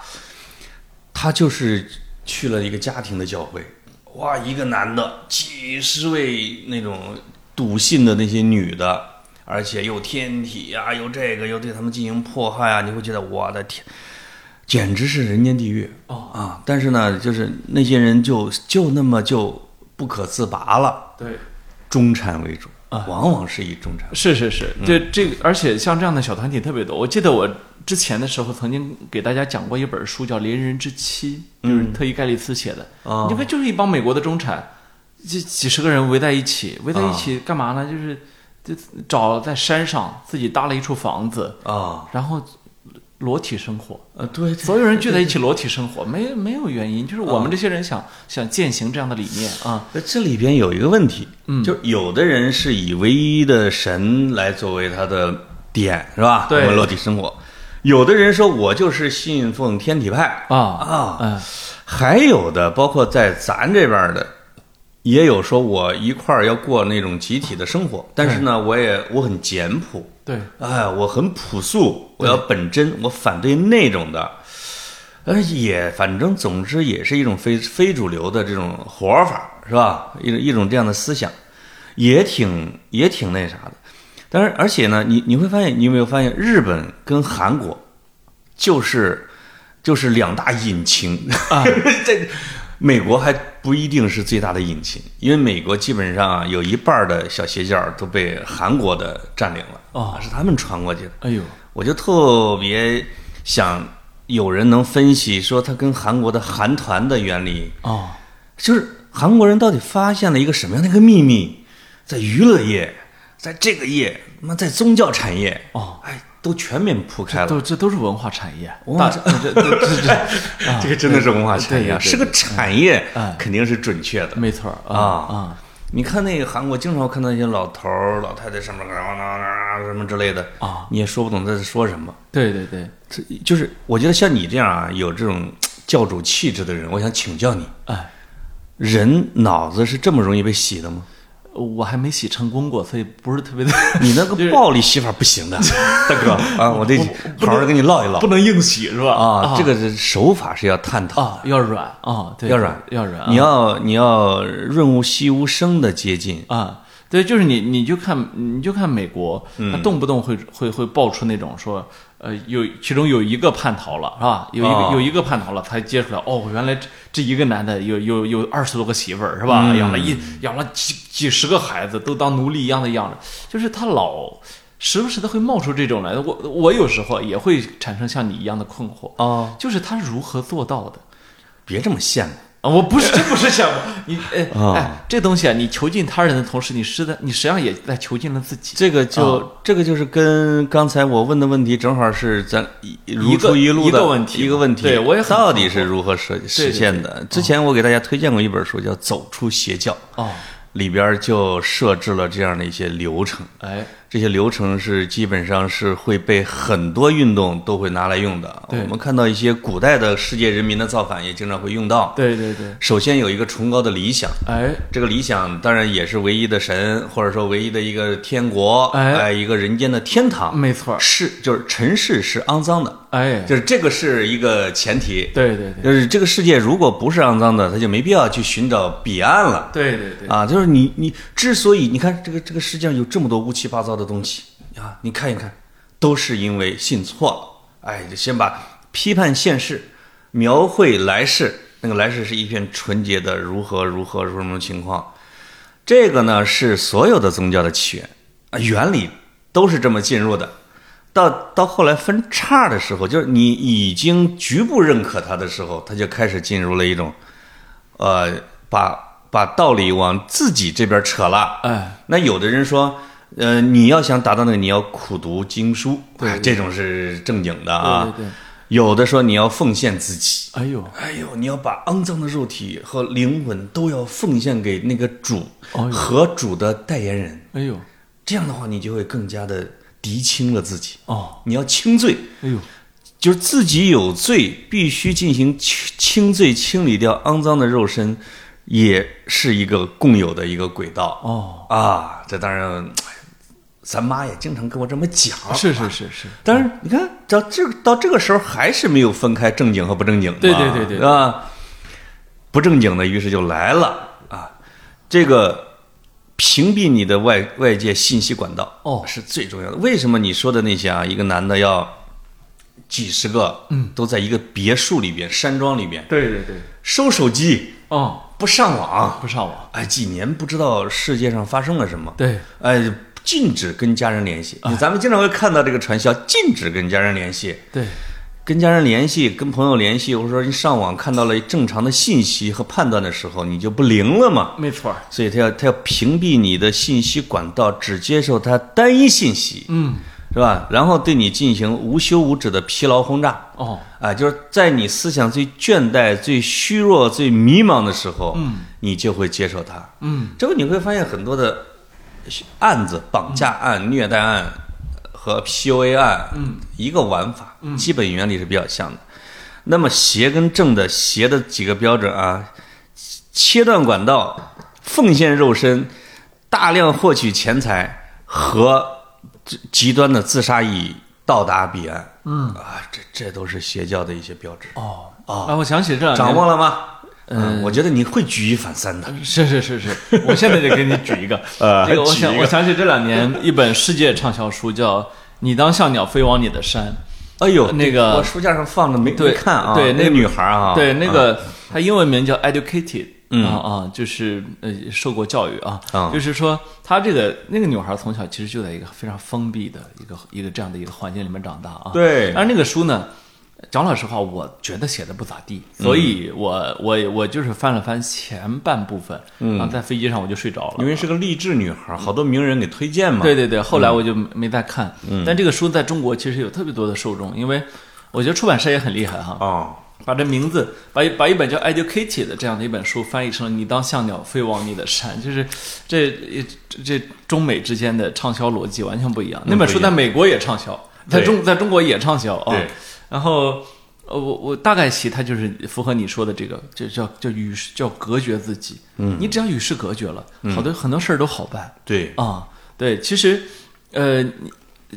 [SPEAKER 2] 他就是去了一个家庭的教会，哇，一个男的，几十位那种笃信的那些女的，而且又天体啊，又这个，又对他们进行迫害啊，你会觉得我的天，简直是人间地狱
[SPEAKER 1] 哦
[SPEAKER 2] 啊！但是呢，就是那些人就就那么就不可自拔了，
[SPEAKER 1] 对。
[SPEAKER 2] 中产为主，
[SPEAKER 1] 啊
[SPEAKER 2] 往往是以中产为主。
[SPEAKER 1] 是是是，对这个，而且像这样的小团体特别多。我记得我之前的时候曾经给大家讲过一本书，叫《邻人之妻》，就是特伊盖利斯写的。
[SPEAKER 2] 哦
[SPEAKER 1] 你看，就是一帮美国的中产，几几十个人围在一起，围在一起干嘛呢？就是就找在山上自己搭了一处房子，
[SPEAKER 2] 啊，
[SPEAKER 1] 然后裸体生活，
[SPEAKER 2] 呃，对，对
[SPEAKER 1] 所有人聚在一起裸体生活，没没有原因，就是我们这些人想想践行这样的理念啊。
[SPEAKER 2] 呃这里边有一个问题，
[SPEAKER 1] 嗯
[SPEAKER 2] 就有的人是以唯一的神来作为他的点，是吧？
[SPEAKER 1] 对
[SPEAKER 2] 我们落地生活。有的人说我就是信奉天体派
[SPEAKER 1] 啊
[SPEAKER 2] 啊，
[SPEAKER 1] 嗯，
[SPEAKER 2] 还有的，包括在咱这边的，也有说我一块儿要过那种集体的生活，但是呢，我也我很简朴，
[SPEAKER 1] 对，
[SPEAKER 2] 哎，我很朴素，我要本真，我反对那种的。呃，也反正总之也是一种非非主流的这种活法，是吧？一种一种这样的思想，也挺也挺那啥的。但是而且呢，你你会发现，你有没有发现日本跟韩国就是就是两大引擎啊？ 这美国还不一定是最大的引擎，因为美国基本上啊有一半儿的小邪教都被韩国的占领了，
[SPEAKER 1] 哦
[SPEAKER 2] 啊是他们传过去的。
[SPEAKER 1] 哎呦，
[SPEAKER 2] 我就特别想有人能分析说，它跟韩国的韩团的原理，
[SPEAKER 1] 哦，
[SPEAKER 2] 就是韩国人到底发现了一个什么样的一个秘密，在娱乐业，在这个业，那在宗教产业，
[SPEAKER 1] 哦，
[SPEAKER 2] 哎，都全面铺开了。
[SPEAKER 1] 都这都是文化产业，
[SPEAKER 2] 文化
[SPEAKER 1] 大这这这这
[SPEAKER 2] 这个真的是文化产业啊，
[SPEAKER 1] 对对对
[SPEAKER 2] 是个产业
[SPEAKER 1] 嗯，
[SPEAKER 2] 肯定是准确 的。
[SPEAKER 1] 没错儿啊
[SPEAKER 2] 啊
[SPEAKER 1] 啊
[SPEAKER 2] 你看那个韩国，经常看到一些老头儿、老太太上面啊啊什么之类的，
[SPEAKER 1] 啊！
[SPEAKER 2] 你也说不懂他在说什么。
[SPEAKER 1] 对对对，
[SPEAKER 2] 这就是我觉得像你这样啊，有这种教主气质的人，我想请教你，
[SPEAKER 1] 哎，
[SPEAKER 2] 人脑子是这么容易被洗的吗？
[SPEAKER 1] 我还没洗成功过，所以不是特别的，
[SPEAKER 2] 你那
[SPEAKER 1] 就
[SPEAKER 2] 个
[SPEAKER 1] 是
[SPEAKER 2] 暴力洗法不行的， 大哥啊，我得好好跟你唠一唠
[SPEAKER 1] 能硬洗是吧？
[SPEAKER 2] 啊，这个是手法是要探讨，
[SPEAKER 1] 啊要软啊，对，
[SPEAKER 2] 要软
[SPEAKER 1] 要软，啊
[SPEAKER 2] 你要你要润物细无声的接近
[SPEAKER 1] 啊。对，就是你，你就看，你就看美国，他动不动会会会爆出那种说，呃，有其中有一个叛逃了，是吧？有一
[SPEAKER 2] 啊
[SPEAKER 1] 个有一个叛逃了，才揭出来，哦，原来这这一个男的有有有二十多个媳妇儿，是吧？养了一养了几几十个孩子，都当奴隶一样的养着，就是他老时不时的会冒出这种来。我我有时候也会产生像你一样的困惑，
[SPEAKER 2] 哦，
[SPEAKER 1] 就是他如何做到的？
[SPEAKER 2] 别这么羡慕。
[SPEAKER 1] 啊，我不是，真不是想你，哎、
[SPEAKER 2] 啊
[SPEAKER 1] 哎，这东西啊，你囚禁他人的同时，你是在你实际上也在囚禁了自己。
[SPEAKER 2] 这个就、
[SPEAKER 1] 啊
[SPEAKER 2] 这个就是跟刚才我问的问题正好是咱一如出一路的
[SPEAKER 1] 一个问题
[SPEAKER 2] 一个问题。
[SPEAKER 1] 对我也很
[SPEAKER 2] 到
[SPEAKER 1] 啊
[SPEAKER 2] 底是如何实实现的？之前我给大家推荐过一本书，叫《走出邪教》，
[SPEAKER 1] 哦，
[SPEAKER 2] 里边儿就设置了这样的一些流程。
[SPEAKER 1] 哎，
[SPEAKER 2] 这些流程是基本上是会被很多运动都会拿来用的。我
[SPEAKER 1] 对
[SPEAKER 2] 们看到一些古代的世界人民的造反也经常会用到。
[SPEAKER 1] 对对对，
[SPEAKER 2] 首先有一个崇高的理想，
[SPEAKER 1] 哎，
[SPEAKER 2] 这个理想当然也是唯一的神，或者说唯一的一个天国，
[SPEAKER 1] 哎嗯
[SPEAKER 2] 哎，一个人间的天堂。
[SPEAKER 1] 没错儿，
[SPEAKER 2] 是，就是尘世是肮脏的，
[SPEAKER 1] 哎，
[SPEAKER 2] 就是这个是一个前提。
[SPEAKER 1] 对对对，
[SPEAKER 2] 就是这个世界如果不是肮脏的，它就没必要去寻找彼岸了。
[SPEAKER 1] 对对对，
[SPEAKER 2] 啊，就是你你之所以你看这个这个世界上有这么多乌七八糟的东西啊，你看一看，都是因为信错了。哎，就先把批判现世，描绘来世，那个来世是一片纯洁的如何如何如何什么情况，这个呢是所有的宗教的起源啊，原理都是这么进入的。到到后来分叉的时候，就是你已经局部认可它的时候，它就开始进入了一种，呃，把把道理往自己这边扯了。
[SPEAKER 1] 哎，
[SPEAKER 2] 那有的人说，呃，你要想达到那个，你要苦读经书，
[SPEAKER 1] 对
[SPEAKER 2] 哎
[SPEAKER 1] 对
[SPEAKER 2] 这种是正经的啊。
[SPEAKER 1] 对对对
[SPEAKER 2] 有的说你要奉献自己，
[SPEAKER 1] 哎呦，
[SPEAKER 2] 哎呦，你要把肮脏的肉体和灵魂都要奉献给那个主、
[SPEAKER 1] 哎呦
[SPEAKER 2] 和主的代言人。
[SPEAKER 1] 哎呦，
[SPEAKER 2] 这样的话，你就会更加的涤清了自己。
[SPEAKER 1] 哦，
[SPEAKER 2] 你要清罪，
[SPEAKER 1] 哎呦，
[SPEAKER 2] 就是自己有罪，必须进行清清罪，清理掉肮脏的肉身，也是一个共有的一个轨道
[SPEAKER 1] 哦，
[SPEAKER 2] 啊。这当然，哎咱妈也经常跟我这么讲。
[SPEAKER 1] 是是是是，
[SPEAKER 2] 但是你看到这个到这个时候，还是没有分开正经和不正经嘛
[SPEAKER 1] 对对对对对
[SPEAKER 2] 啊，不正经的于是就来了啊，这个屏蔽你的外外界信息管道
[SPEAKER 1] 哦
[SPEAKER 2] 是最重要的。为什么你说的那些啊，一个男的要几十个，嗯，都在一个别墅里边、山庄里边
[SPEAKER 1] 对对对，
[SPEAKER 2] 收手机
[SPEAKER 1] 哦，
[SPEAKER 2] 不上网，
[SPEAKER 1] 不上网，
[SPEAKER 2] 哎，几年不知道世界上发生了什么，
[SPEAKER 1] 对，
[SPEAKER 2] 哎，禁止跟家人联系。咱们经常会看到这个传销，禁止跟家人联系，
[SPEAKER 1] 对，
[SPEAKER 2] 跟家人联系，跟朋友联系，或者说你上网看到了正常的信息和判断的时候，你就不灵了嘛。
[SPEAKER 1] 没错儿，
[SPEAKER 2] 所以他要他要屏蔽你的信息管道，只接受他单一信息，
[SPEAKER 1] 嗯，
[SPEAKER 2] 是吧？然后对你进行无休无止的疲劳轰炸。
[SPEAKER 1] 哦，
[SPEAKER 2] 啊，就是在你思想最倦怠、最虚弱、最迷茫的时候，
[SPEAKER 1] 嗯，
[SPEAKER 2] 你就会接受它，
[SPEAKER 1] 嗯，
[SPEAKER 2] 这个你会发现很多的案子，绑架案、虐待案和 PUA 案，嗯，一个玩法，
[SPEAKER 1] 嗯
[SPEAKER 2] 基本原理是比较像的。那么邪跟正的邪的几个标准啊，切断管道、奉献肉身、大量获取钱财和这极端的自杀意义到达彼岸。嗯啊，这这都是邪教的一些标志。
[SPEAKER 1] 哦，
[SPEAKER 2] 哦
[SPEAKER 1] 啊，我想起这两
[SPEAKER 2] 掌
[SPEAKER 1] 年。
[SPEAKER 2] 握了吗？嗯，我觉得你会举一反三的。
[SPEAKER 1] 是是 是是，我现在就给你举一个，
[SPEAKER 2] 呃
[SPEAKER 1] 这个我
[SPEAKER 2] 举一
[SPEAKER 1] 想
[SPEAKER 2] 个
[SPEAKER 1] 我想起这两年一本世界畅销书叫《你当像鸟飞往你的山》，
[SPEAKER 2] 哎呦，
[SPEAKER 1] 那
[SPEAKER 2] 这
[SPEAKER 1] 个
[SPEAKER 2] 我书架上放着没没
[SPEAKER 1] 对
[SPEAKER 2] 看啊。
[SPEAKER 1] 对那
[SPEAKER 2] 那个
[SPEAKER 1] 个
[SPEAKER 2] 女孩啊，
[SPEAKER 1] 对，那
[SPEAKER 2] 啊
[SPEAKER 1] 个它英文名叫 educated，
[SPEAKER 2] 嗯
[SPEAKER 1] 啊啊，就是呃受过教育啊，
[SPEAKER 2] 啊
[SPEAKER 1] 就是说她这个那个女孩从小其实就在一个非常封闭的一个一个这样的一个环境里面长大啊，
[SPEAKER 2] 对
[SPEAKER 1] 而那个书呢。讲老实话，我觉得写的不咋地，
[SPEAKER 2] 嗯
[SPEAKER 1] 所以我我我就是翻了翻前半部分，
[SPEAKER 2] 嗯
[SPEAKER 1] 然后在飞机上我就睡着了，
[SPEAKER 2] 因为是个励志女孩，好多名人给推荐嘛。嗯
[SPEAKER 1] 对对对，后来我就没没再看。但这个书在中国其实有特别多的受众，因为我觉得出版社也很厉害哈，
[SPEAKER 2] 哦，
[SPEAKER 1] 把这名字把一把一本叫《Educated》的这样的一本书翻译成了“你当像鸟飞往你的山”，就是这这这中美之间的畅销逻辑完全不一样。那本
[SPEAKER 2] 不
[SPEAKER 1] 书
[SPEAKER 2] 一样
[SPEAKER 1] 在美国也畅销，在
[SPEAKER 2] 对
[SPEAKER 1] 中在中国也畅销啊
[SPEAKER 2] 对。
[SPEAKER 1] 然后。呃，我我大概其它就是符合你说的这个，就叫叫与世叫隔绝自己。嗯，你只要与世隔绝了，
[SPEAKER 2] 嗯
[SPEAKER 1] 好多很多事儿都好办。
[SPEAKER 2] 对，
[SPEAKER 1] 啊，对，其实，呃，你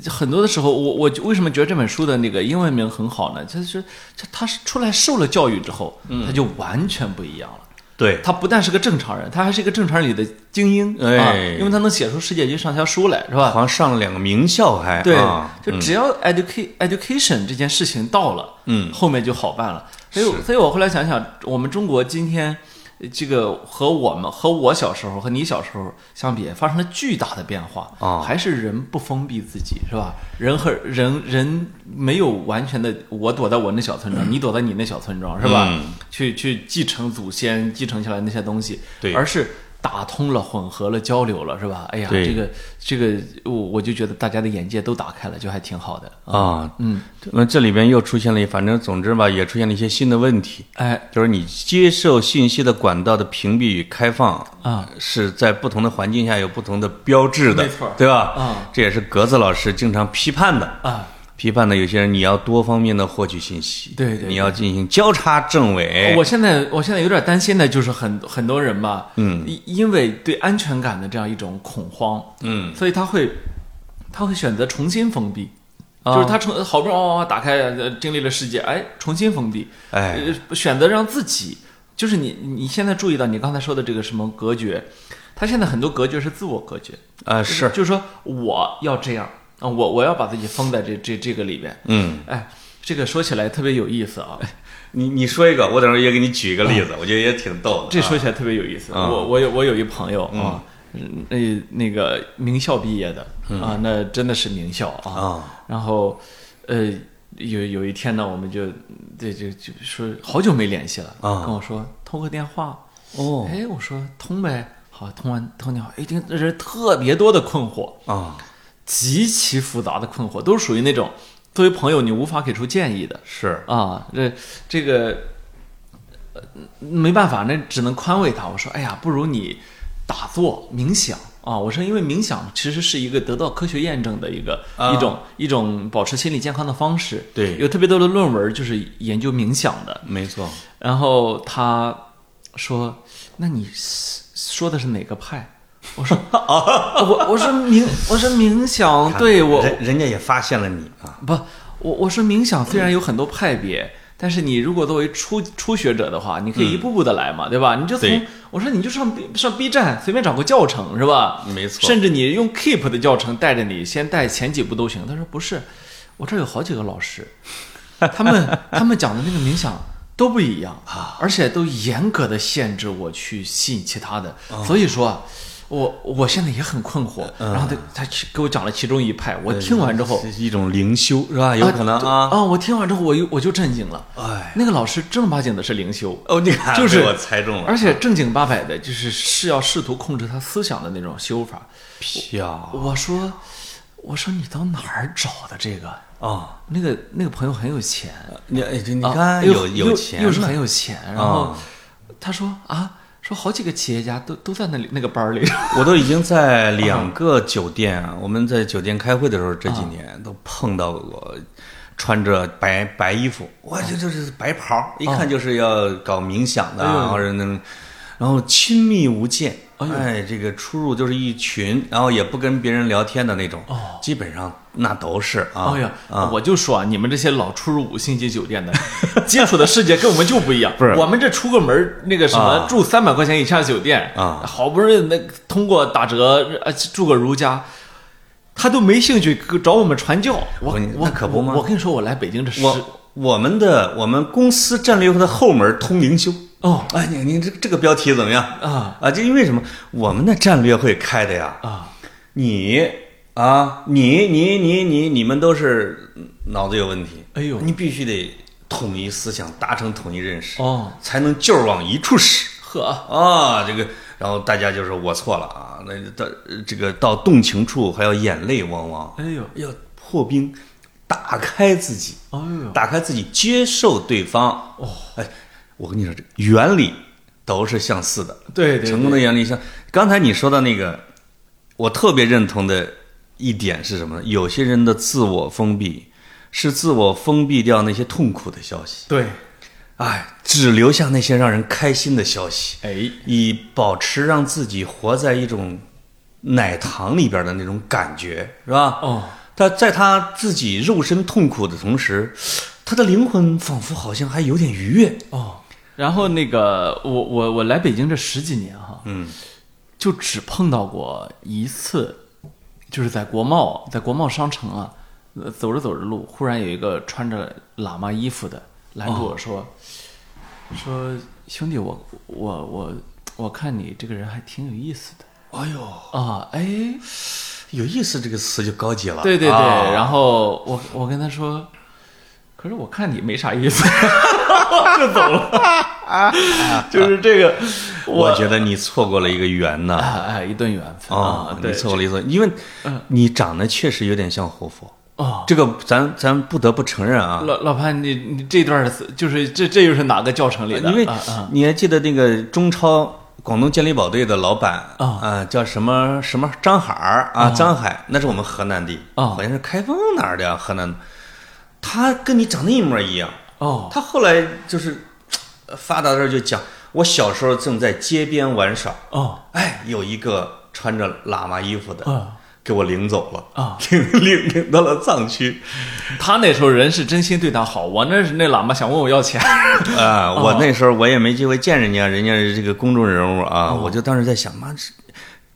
[SPEAKER 1] 很多的时候，我我为什么觉得这本书的那个英文名很好呢？就是就他是出来受了教育之后，他就完全不一样了。
[SPEAKER 2] 对，
[SPEAKER 1] 他不但是个正常人，他还是一个正常人里的精英啊
[SPEAKER 2] 哎，
[SPEAKER 1] 因为他能写出世界级畅销书来，是吧？
[SPEAKER 2] 好像上了两个名校还
[SPEAKER 1] 对
[SPEAKER 2] 啊，
[SPEAKER 1] 就只要 educa education 这件事情到了，
[SPEAKER 2] 嗯
[SPEAKER 1] 后面就好办了。所以我，所以我后来想想，我们中国今天呃这个和我们和我小时候和你小时候相比，发生了巨大的变化
[SPEAKER 2] 啊
[SPEAKER 1] 还是人不封闭自己是吧？人和人人没有完全的，我躲在我那小村庄，你躲在你那小村庄是吧？
[SPEAKER 2] 嗯
[SPEAKER 1] 去去继承祖先继承下来那些东西，
[SPEAKER 2] 对
[SPEAKER 1] 而是打通了、混合了、交流了，是吧？哎呀，
[SPEAKER 2] 对
[SPEAKER 1] 这个这个，我我就觉得大家的眼界都打开了，就还挺好的。
[SPEAKER 2] 啊，
[SPEAKER 1] 嗯，
[SPEAKER 2] 那这里边又出现了一，反正总之吧，也出现了一些新的问题，
[SPEAKER 1] 哎
[SPEAKER 2] 就是你接受信息的管道的屏蔽与开放
[SPEAKER 1] 啊，
[SPEAKER 2] 是在不同的环境下有不同的标志的，
[SPEAKER 1] 没错
[SPEAKER 2] 对吧？
[SPEAKER 1] 啊，
[SPEAKER 2] 这也是格子老师经常批判的，
[SPEAKER 1] 啊，
[SPEAKER 2] 批判的有些人你要多方面的获取信息，
[SPEAKER 1] 对对对哦
[SPEAKER 2] 你要进行交叉证伪，
[SPEAKER 1] 我现在我现在有点担心的就是很很多人吧，
[SPEAKER 2] 嗯
[SPEAKER 1] 因，因为对安全感的这样一种恐慌，
[SPEAKER 2] 嗯，
[SPEAKER 1] 所以他会他会选择重新封闭，
[SPEAKER 2] 啊
[SPEAKER 1] 就是他重好不容易哇哇哇打开，呃经历了世界，哎，重新封闭，
[SPEAKER 2] 哎，
[SPEAKER 1] 呃，选择让自己，就是你你现在注意到你刚才说的这个什么隔绝，他现在很多隔绝是自我隔绝，
[SPEAKER 2] 啊，
[SPEAKER 1] 就是就是说我要这样啊，我我要把自己封在这这这个里边，
[SPEAKER 2] 嗯，
[SPEAKER 1] 哎，这个说起来特别有意思
[SPEAKER 2] 哎
[SPEAKER 1] 啊，
[SPEAKER 2] 你你说一个，我等会儿也给你举一个例子，我觉得也挺逗的，
[SPEAKER 1] 这说
[SPEAKER 2] 啊
[SPEAKER 1] 起来特别有意思。
[SPEAKER 2] 啊嗯
[SPEAKER 1] 我我有我有一朋友啊，那、那个名校毕业的、啊，那真的是名校啊。
[SPEAKER 2] 嗯啊，
[SPEAKER 1] 然后呃，有有一天呢，我们就这就就说好久没联系了，
[SPEAKER 2] 啊
[SPEAKER 1] 跟我说通个电话。
[SPEAKER 2] 哦，
[SPEAKER 1] 哎，我说通呗，好，通完通电话，哎，这人特别多的困惑，
[SPEAKER 2] 啊，
[SPEAKER 1] 极其复杂的困惑，都是属于那种作为朋友你无法给出建议的。
[SPEAKER 2] 是，
[SPEAKER 1] 啊，这这个呃没办法，那只能宽慰他。我说，哎呀，不如你打坐冥想啊。我说，因为冥想其实是一个得到科学验证的一个、
[SPEAKER 2] 啊
[SPEAKER 1] 一种一种保持心理健康的方式。
[SPEAKER 2] 对
[SPEAKER 1] 有特别多的论文就是研究冥想的。
[SPEAKER 2] 没错，
[SPEAKER 1] 然后他说：“那你说的是哪个派？”我说：“我我说冥我说冥想，哦对我
[SPEAKER 2] 人人家也发现了你啊，
[SPEAKER 1] 不，我我说冥想虽然有很多派别，但是你如果作为初初学者的话，你可以一步步的来嘛，对吧？你就从
[SPEAKER 2] 嗯对
[SPEAKER 1] 我说你就上 B 上 B 站随便找个教程是吧？
[SPEAKER 2] 没错
[SPEAKER 1] 甚至你用 Keep 的教程带着你，先带前几步都行。他说不是，我这儿有好几个老师，他们他们讲的那个冥想。都不一样啊，而且都严格的限制我去吸引其他的，
[SPEAKER 2] 哦
[SPEAKER 1] 所以说啊，我我现在也很困惑。
[SPEAKER 2] 嗯
[SPEAKER 1] 然后他他去给我讲了其中一派，我听完之后，
[SPEAKER 2] 这是一种灵修是吧？有可能啊，
[SPEAKER 1] 啊！我听完之后，我又我就震惊了。
[SPEAKER 2] 哎，
[SPEAKER 1] 那个老师正儿八经的是灵修，
[SPEAKER 2] 哦，你看，
[SPEAKER 1] 就是
[SPEAKER 2] 被我猜中了，
[SPEAKER 1] 而且正经八百的，就是是要试图控制他思想的那种修法。
[SPEAKER 2] 票
[SPEAKER 1] 我说，我说你到哪儿找的这个？
[SPEAKER 2] 啊，
[SPEAKER 1] 那个那个朋友很有钱，
[SPEAKER 2] 你哎这你
[SPEAKER 1] 啊
[SPEAKER 2] 看
[SPEAKER 1] 又
[SPEAKER 2] 有
[SPEAKER 1] 又
[SPEAKER 2] 有钱嗯
[SPEAKER 1] 又是
[SPEAKER 2] 呢
[SPEAKER 1] 很有钱。然后他说啊，说好几个企业家都都在那里那个班儿里。
[SPEAKER 2] 我都已经
[SPEAKER 1] 啊
[SPEAKER 2] 在两个酒店，啊、我们在酒店开会的时候，这几
[SPEAKER 1] 啊
[SPEAKER 2] 年都碰到过穿着白白衣服，哇，这这这是白袍儿，一看就是要搞冥想的，
[SPEAKER 1] 啊
[SPEAKER 2] 啊
[SPEAKER 1] 哎呦
[SPEAKER 2] 然后人能，然后亲密无间。
[SPEAKER 1] 哎呦
[SPEAKER 2] 哎，这个出入就是一群，然后也不跟别人聊天的那种，基本上那都是啊。
[SPEAKER 1] 哦哎呀，
[SPEAKER 2] 啊，
[SPEAKER 1] 我就说啊，你们这些老出入五星级酒店的， 接触的世界跟我们就不一样。
[SPEAKER 2] 不是
[SPEAKER 1] 我们这出个门儿那个什么
[SPEAKER 2] 啊，
[SPEAKER 1] 住三百块钱以下的酒店
[SPEAKER 2] 啊
[SPEAKER 1] 好不容易那通过打折呃住个如家。他都没兴趣找我们传教，我
[SPEAKER 2] 我跟你
[SPEAKER 1] 我
[SPEAKER 2] 那可不吗
[SPEAKER 1] 我跟你说，我来北京这十
[SPEAKER 2] 我我们的我们公司战略会的后门通灵修。
[SPEAKER 1] 哦
[SPEAKER 2] 哎，你你这这个标题怎么样
[SPEAKER 1] 啊
[SPEAKER 2] 啊？就因为什么？我们的战略会开的呀，
[SPEAKER 1] 啊
[SPEAKER 2] 你啊，你你你你你们都是脑子有问题。
[SPEAKER 1] 哎呦
[SPEAKER 2] 你必须得统一思想，达成统一认识，
[SPEAKER 1] 哦
[SPEAKER 2] 才能劲儿往一处使
[SPEAKER 1] 呵
[SPEAKER 2] 啊。这个，然后大家就说我错了啊。那到这个到动情处还要眼泪汪汪，
[SPEAKER 1] 哎呦
[SPEAKER 2] 要破冰，打开自己。
[SPEAKER 1] 哎呦
[SPEAKER 2] 打开自己，接受对方。哦，哎，我跟你说，这原理都是相似的。
[SPEAKER 1] 对对对
[SPEAKER 2] 成功的原理像刚才你说的那个，我特别认同的一点是什么呢？有些人的自我封闭是自我封闭掉那些痛苦的消息，
[SPEAKER 1] 对
[SPEAKER 2] 哎，只留下那些让人开心的消息，
[SPEAKER 1] 哎
[SPEAKER 2] 以保持让自己活在一种奶糖里边的那种感觉，是吧？
[SPEAKER 1] 哦，
[SPEAKER 2] 他在他自己肉身痛苦的同时，他的灵魂仿佛好像还有点愉悦。
[SPEAKER 1] 哦，然后那个我我我来北京这十几年哈，
[SPEAKER 2] 嗯，
[SPEAKER 1] 就只碰到过一次，就是在国贸，在国贸商城啊，呃走着走着路，忽然有一个穿着喇嘛衣服的拦住我说：“说兄弟，我我我我看你这个人还挺有意思的
[SPEAKER 2] 哎呦，
[SPEAKER 1] 啊，哎，
[SPEAKER 2] 有意思这个词就高级了。
[SPEAKER 1] 对对对，
[SPEAKER 2] 啊
[SPEAKER 1] 然后我我跟他说，可是我看你没啥意思， 就走了。 就是这个，
[SPEAKER 2] 我觉得你错过了一个缘呐。
[SPEAKER 1] 哎哎，一顿缘分
[SPEAKER 2] 啊
[SPEAKER 1] 啊，，
[SPEAKER 2] 你
[SPEAKER 1] 对，嗯
[SPEAKER 2] 错过了一次，因为你长得确实有点像活佛。
[SPEAKER 1] 哦，
[SPEAKER 2] 这个咱咱不得不承认啊，
[SPEAKER 1] 老老潘，你你这段儿就是这这又是哪个教程里的？
[SPEAKER 2] 因为
[SPEAKER 1] 啊啊
[SPEAKER 2] 你还记得那个中超广东健力宝队的老板
[SPEAKER 1] 啊
[SPEAKER 2] 叫什么什么张海儿啊，张海，那是我们河南的
[SPEAKER 1] 啊
[SPEAKER 2] 好像是开封哪儿的呀，河南的，他跟你长得一模一样。
[SPEAKER 1] 哦
[SPEAKER 2] 他后来就是呃发达的时候就讲，我小时候正在街边玩耍，
[SPEAKER 1] 哦
[SPEAKER 2] 哎，有一个穿着喇嘛衣服的
[SPEAKER 1] 啊
[SPEAKER 2] 给我领走了，
[SPEAKER 1] 啊，
[SPEAKER 2] 领 领领到了藏区。
[SPEAKER 1] 他那时候人是真心对他好，我那是那喇嘛想问我要钱。
[SPEAKER 2] 啊，
[SPEAKER 1] 哦
[SPEAKER 2] 我那时候我也没机会见人家，人家是这个公众人物啊，
[SPEAKER 1] 哦
[SPEAKER 2] 我就当时在想，妈，这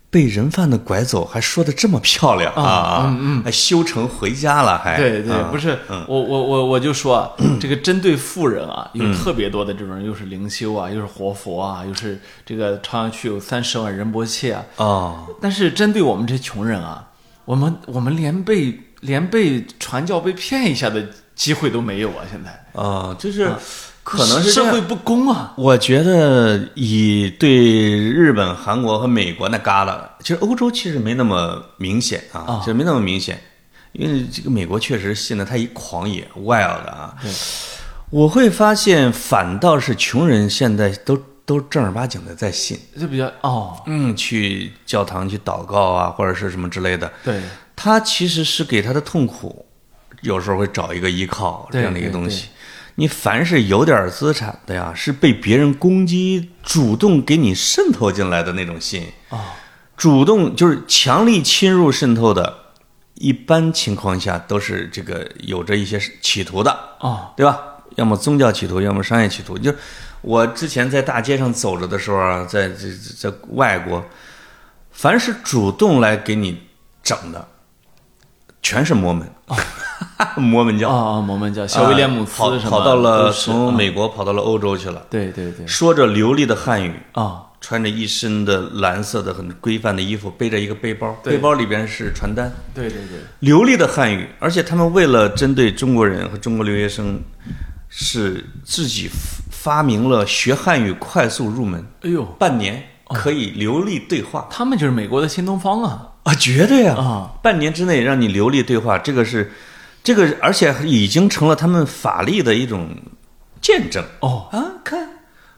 [SPEAKER 2] 被人贩子拐走还说的这么漂亮啊，嗯嗯，还修成回家了，还
[SPEAKER 1] 哦对对，
[SPEAKER 2] 啊
[SPEAKER 1] 不是我我我我就说啊，这个针对富人啊，有
[SPEAKER 2] 嗯
[SPEAKER 1] 特别多的这种人，又是灵修啊，又是活佛啊，又是这个朝阳区有三十万仁波切啊。
[SPEAKER 2] 哦，
[SPEAKER 1] 但是针对我们这穷人啊，我们我们连被连被传教被骗一下的机会都没有啊！现在
[SPEAKER 2] 哦，就是可能是这
[SPEAKER 1] 啊社
[SPEAKER 2] 样
[SPEAKER 1] 会不公啊。
[SPEAKER 2] 我觉得以对日本、韩国和美国那旮旯，其实欧洲其实没那么明显啊，其实没那么明显，因为这个美国确实信的太狂野 wild 啊。我会发现，反倒是穷人现在都都正儿八经的在信，
[SPEAKER 1] 就比较哦，
[SPEAKER 2] 嗯，去教堂去祷告啊，或者是什么之类的。
[SPEAKER 1] 对，
[SPEAKER 2] 他其实是给他的痛苦，有时候会找一个依靠
[SPEAKER 1] 对
[SPEAKER 2] 这样的一个东西。你凡是有点资产的呀，是被别人攻击，主动给你渗透进来的那种信
[SPEAKER 1] 啊，
[SPEAKER 2] 主动就是强力侵入渗透的，一般情况下都是这个有着一些企图的，
[SPEAKER 1] 哦，
[SPEAKER 2] 对吧？要么宗教企图，要么商业企图。就是我之前在大街上走着的时候啊，在在在在外国，凡是主动来给你整的，全是 摩门，摩门教。
[SPEAKER 1] 啊啊，摩门教，小威廉姆斯
[SPEAKER 2] 呃跑
[SPEAKER 1] 什么，
[SPEAKER 2] 跑到了
[SPEAKER 1] 都是
[SPEAKER 2] 从
[SPEAKER 1] 啊
[SPEAKER 2] 美国跑到了欧洲去了，
[SPEAKER 1] 对对对，
[SPEAKER 2] 说着流利的汉语，
[SPEAKER 1] 啊
[SPEAKER 2] 穿着一身的蓝色的很规范的衣服，背着一个背包，
[SPEAKER 1] 对
[SPEAKER 2] 背包里边是传单。
[SPEAKER 1] 对对对，
[SPEAKER 2] 流利的汉语，而且他们为了针对中国人和中国留学生，是自己发明了学汉语快速入门，
[SPEAKER 1] 哎呦，
[SPEAKER 2] 半年可以流利对话、
[SPEAKER 1] 他们就是美国的新东方啊
[SPEAKER 2] 啊，绝对啊，
[SPEAKER 1] 啊
[SPEAKER 2] 半年之内让你流利对话，这个是，这个而且已经成了他们法律的一种见证
[SPEAKER 1] 哦，
[SPEAKER 2] 啊，看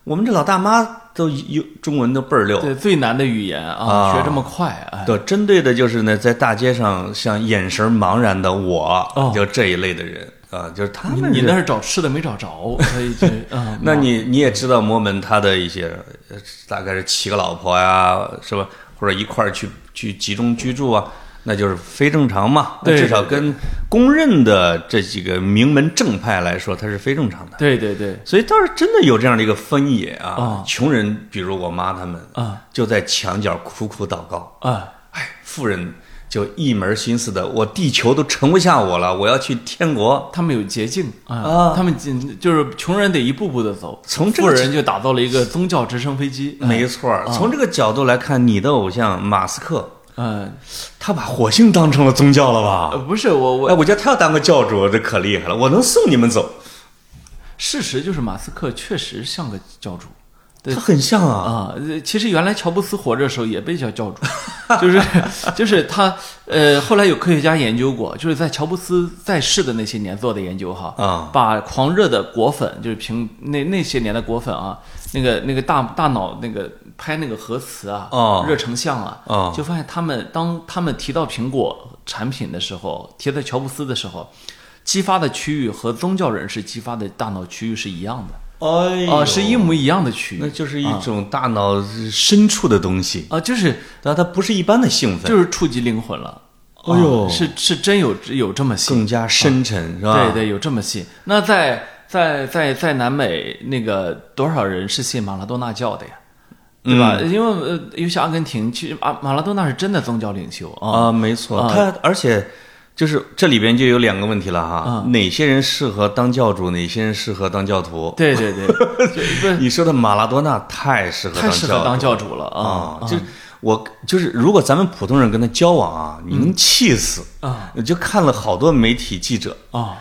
[SPEAKER 2] 我们这老大妈都有中文都倍儿溜，
[SPEAKER 1] 对，最难的语言啊，
[SPEAKER 2] 啊
[SPEAKER 1] 学这么快，哎，
[SPEAKER 2] 对，针对的就是呢，在大街上像眼神茫然的我，
[SPEAKER 1] 哦
[SPEAKER 2] 就这一类的人啊，就是他
[SPEAKER 1] 你
[SPEAKER 2] 们
[SPEAKER 1] 你
[SPEAKER 2] 是，
[SPEAKER 1] 那是找吃的没找着，所以就啊
[SPEAKER 2] 那你你也知道摩门他的一些，呃大概是七个老婆呀，是吧？或者一块儿去去集中居住啊，那就是非正常嘛。那
[SPEAKER 1] 对
[SPEAKER 2] 至少跟公认的这几个名门正派来说，它是非正常的。
[SPEAKER 1] 对对对
[SPEAKER 2] 所以倒是真的有这样的一个分野啊，
[SPEAKER 1] 啊
[SPEAKER 2] 穷人比如我妈他们
[SPEAKER 1] 啊
[SPEAKER 2] 就在墙角苦苦祷告，
[SPEAKER 1] 啊，
[SPEAKER 2] 哎，富人就一门心思的，我地球都盛不下我了，我要去天国。
[SPEAKER 1] 他们有捷径啊
[SPEAKER 2] 啊，
[SPEAKER 1] 他们仅就是穷人得一步步的走，
[SPEAKER 2] 从这
[SPEAKER 1] 富
[SPEAKER 2] 个
[SPEAKER 1] 人就打造了一个宗教直升飞机，哎
[SPEAKER 2] 没错儿，从这个角度来看，你的偶像马斯克，
[SPEAKER 1] 嗯
[SPEAKER 2] 他把火星当成了宗教了
[SPEAKER 1] 呃
[SPEAKER 2] 吧？
[SPEAKER 1] 不是我我
[SPEAKER 2] 哎，我觉得他要当个教主，这可厉害了。我能送你们走，
[SPEAKER 1] 事实就是马斯克确实像个教主。对
[SPEAKER 2] 他很像啊。
[SPEAKER 1] 啊、呃其实原来乔布斯活着的时候也被叫教主， 就是就是他呃，后来有科学家研究过，就是在乔布斯在世的那些年做的研究哈，
[SPEAKER 2] 啊
[SPEAKER 1] 把狂热的果粉，就是凭那那些年的果粉啊，那个那个大大脑那个拍那个核磁啊，
[SPEAKER 2] 哦
[SPEAKER 1] 热成像啊，
[SPEAKER 2] 哦
[SPEAKER 1] 就发现他们当他们提到苹果产品的时候，提到乔布斯的时候，激发的区域和宗教人士激发的大脑区域是一样的，
[SPEAKER 2] 哎呦
[SPEAKER 1] 啊、是啊一，模一样的区域，
[SPEAKER 2] 那就是一种大脑深处的东西，
[SPEAKER 1] 啊，就是
[SPEAKER 2] 但它不是一般的兴奋，
[SPEAKER 1] 就是触及灵魂了。
[SPEAKER 2] 哎
[SPEAKER 1] 啊
[SPEAKER 2] 呦
[SPEAKER 1] 是是真有有这么信，
[SPEAKER 2] 更啊加深沉，是吧？
[SPEAKER 1] 啊对对，有这么信。那在在在在南美，那个多少人是信马拉多纳教的呀？对吧？
[SPEAKER 2] 嗯
[SPEAKER 1] 因为呃，尤其阿根廷，其实马马拉多纳是真的宗教领袖啊。
[SPEAKER 2] 啊，没错，他而且就是这里边就有两个问题了
[SPEAKER 1] 啊
[SPEAKER 2] 哈，哪些人适合当教主，哪些人适合当教徒？
[SPEAKER 1] 对对 对，就
[SPEAKER 2] 你说的马拉多纳太适合
[SPEAKER 1] 不太
[SPEAKER 2] 当
[SPEAKER 1] 适合
[SPEAKER 2] 教
[SPEAKER 1] 当教主了啊
[SPEAKER 2] 啊，就是我就是，如果咱们普通人跟他交往啊，你能气死
[SPEAKER 1] 啊！
[SPEAKER 2] 我就看了好多媒体记者
[SPEAKER 1] 啊！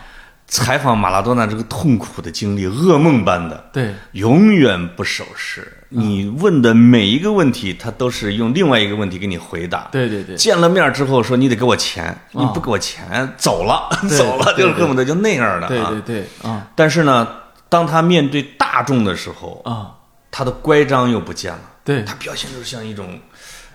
[SPEAKER 2] 采访马拉多纳这个痛苦的经历，噩梦般的，
[SPEAKER 1] 对，
[SPEAKER 2] 永远不守时。
[SPEAKER 1] 啊
[SPEAKER 2] 你问的每一个问题，他都是用另外一个问题给你回答。
[SPEAKER 1] 对对对
[SPEAKER 2] 见了面之后说你得给我钱，你不给我钱走了，
[SPEAKER 1] 啊对
[SPEAKER 2] 走了，就是
[SPEAKER 1] 对对
[SPEAKER 2] 恨不得就那样的啊。
[SPEAKER 1] 对对对啊
[SPEAKER 2] 但是呢，当他面对大众的时候，
[SPEAKER 1] 啊，
[SPEAKER 2] 他的乖张又不见了，
[SPEAKER 1] 对，
[SPEAKER 2] 他表现就是像一种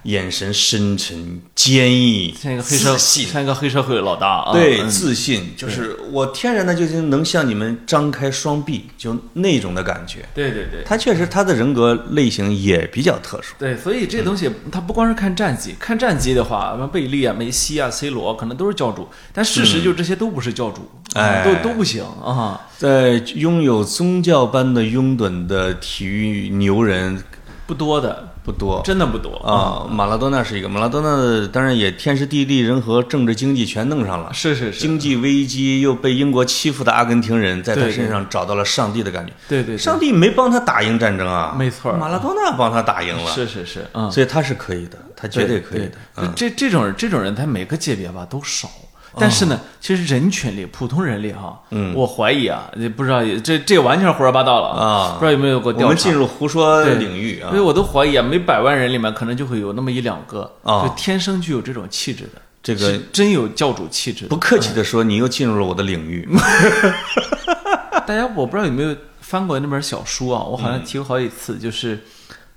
[SPEAKER 2] 眼神深沉、坚毅，
[SPEAKER 1] 像一个黑社
[SPEAKER 2] 自信。
[SPEAKER 1] 像一个黑社会老大啊，
[SPEAKER 2] 对，
[SPEAKER 1] 嗯
[SPEAKER 2] 自信就是我天然的就是能向你们张开双臂，就那种的感觉。
[SPEAKER 1] 对对对。
[SPEAKER 2] 他确实他的人格类型也比较特殊。
[SPEAKER 1] 对，所以
[SPEAKER 2] 嗯
[SPEAKER 1] 这东西它不光是看战绩，看战绩的话，什么贝利啊、梅西啊、C 罗可能都是教主，但事实就这些都不是教主，
[SPEAKER 2] 嗯哎
[SPEAKER 1] 都都不行啊。
[SPEAKER 2] 在拥有宗教般的拥趸的体育牛人
[SPEAKER 1] 不多的，
[SPEAKER 2] 不多
[SPEAKER 1] 真的不多。
[SPEAKER 2] 啊，马拉多纳是一个，马拉多纳当然也天时地利人和、政治经济全弄上了。
[SPEAKER 1] 是是是，
[SPEAKER 2] 经济危机又被英国欺负的阿根廷人，在他
[SPEAKER 1] 对
[SPEAKER 2] 身上找到了上帝的感觉。
[SPEAKER 1] 对对，
[SPEAKER 2] 上帝没帮他打赢战争啊，
[SPEAKER 1] 没错儿
[SPEAKER 2] 马拉多纳帮他打赢
[SPEAKER 1] 对
[SPEAKER 2] 了，
[SPEAKER 1] 是是是，嗯，
[SPEAKER 2] 所以他是可以的，他绝对可以的。嗯
[SPEAKER 1] 对这这种人这种人，他每个界别吧都少。但是
[SPEAKER 2] 哦
[SPEAKER 1] 呢，其实人群里，普通人里哈，嗯，我怀疑啊，也不知道也这这完全是胡说八道了
[SPEAKER 2] 啊
[SPEAKER 1] 不知道有没有过
[SPEAKER 2] 我
[SPEAKER 1] 调
[SPEAKER 2] 们
[SPEAKER 1] 查
[SPEAKER 2] 进。入胡说
[SPEAKER 1] 对
[SPEAKER 2] 领域啊
[SPEAKER 1] 所以，我都怀疑啊，每百万人里面可能就会有那么一两个，
[SPEAKER 2] 啊
[SPEAKER 1] 就天生具有这种气质的，
[SPEAKER 2] 这个
[SPEAKER 1] 是真有教主气质的
[SPEAKER 2] 不。客气的说，你又进入了我的领域。
[SPEAKER 1] 大家我不知道有没有翻过那本小书啊，我好
[SPEAKER 2] 嗯
[SPEAKER 1] 像提过好几次，就是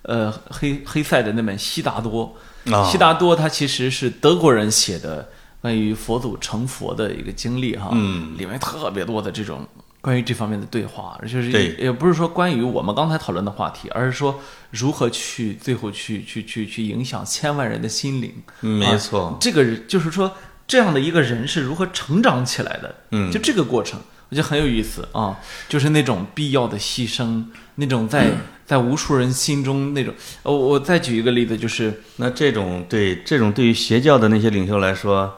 [SPEAKER 1] 呃黑黑塞的那本《悉达多》
[SPEAKER 2] 啊
[SPEAKER 1] 悉达多他其实是德国人写的关于佛祖成佛的一个经历哈，
[SPEAKER 2] 嗯，
[SPEAKER 1] 里面特别多的这种关于这方面的对话，而且是
[SPEAKER 2] 对
[SPEAKER 1] 也不是说关于我们刚才讨论的话题，而是说如何去最后去去去去影响千万人的心灵，
[SPEAKER 2] 没错，
[SPEAKER 1] 这个人就是说这样的一个人是如何成长起来的，
[SPEAKER 2] 嗯
[SPEAKER 1] 就这个过程，我觉得很有意思啊，就是那种必要的牺牲，那种 在、在无数人心中那种，哦，我再举一个例子，就是
[SPEAKER 2] 那这种对这种对于邪教的那些领袖来说，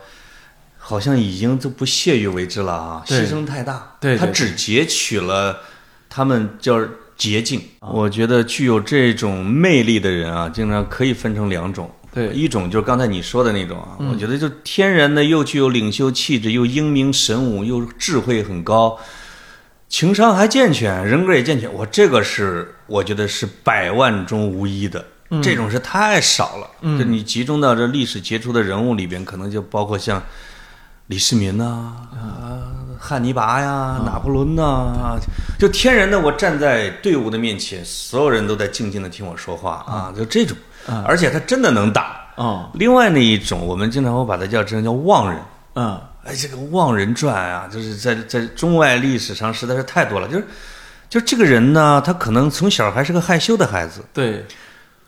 [SPEAKER 2] 好像已经都不屑于为之了啊，
[SPEAKER 1] 对
[SPEAKER 2] 牺牲太大，
[SPEAKER 1] 对对
[SPEAKER 2] 他只截取了他们叫捷径。啊我觉得具有这种魅力的人啊，经常可以分成两种。
[SPEAKER 1] 对
[SPEAKER 2] 一种就是刚才你说的那种啊，我觉得就天然的又具有领袖气质，又英明神武，又智慧很高，情商还健全，人格也健全。我这个是我觉得是百万中无一的，这种是太少了。就你集中到这历史杰出的人物里边，可能就包括像李世民呐、啊、汉尼拔呀、拿破仑呐、就天然的我站在队伍的面前，所有人都在静静的听我说话啊，就这种，而且他真的能打。
[SPEAKER 1] 啊，
[SPEAKER 2] 另外那一种，我们经常会把它叫这叫忘人。
[SPEAKER 1] 嗯，
[SPEAKER 2] 哎，这个《望人传》啊，就是在在中外历史上实在是太多了。就是，就这个人呢，他可能从小还是个害羞的孩子，
[SPEAKER 1] 对，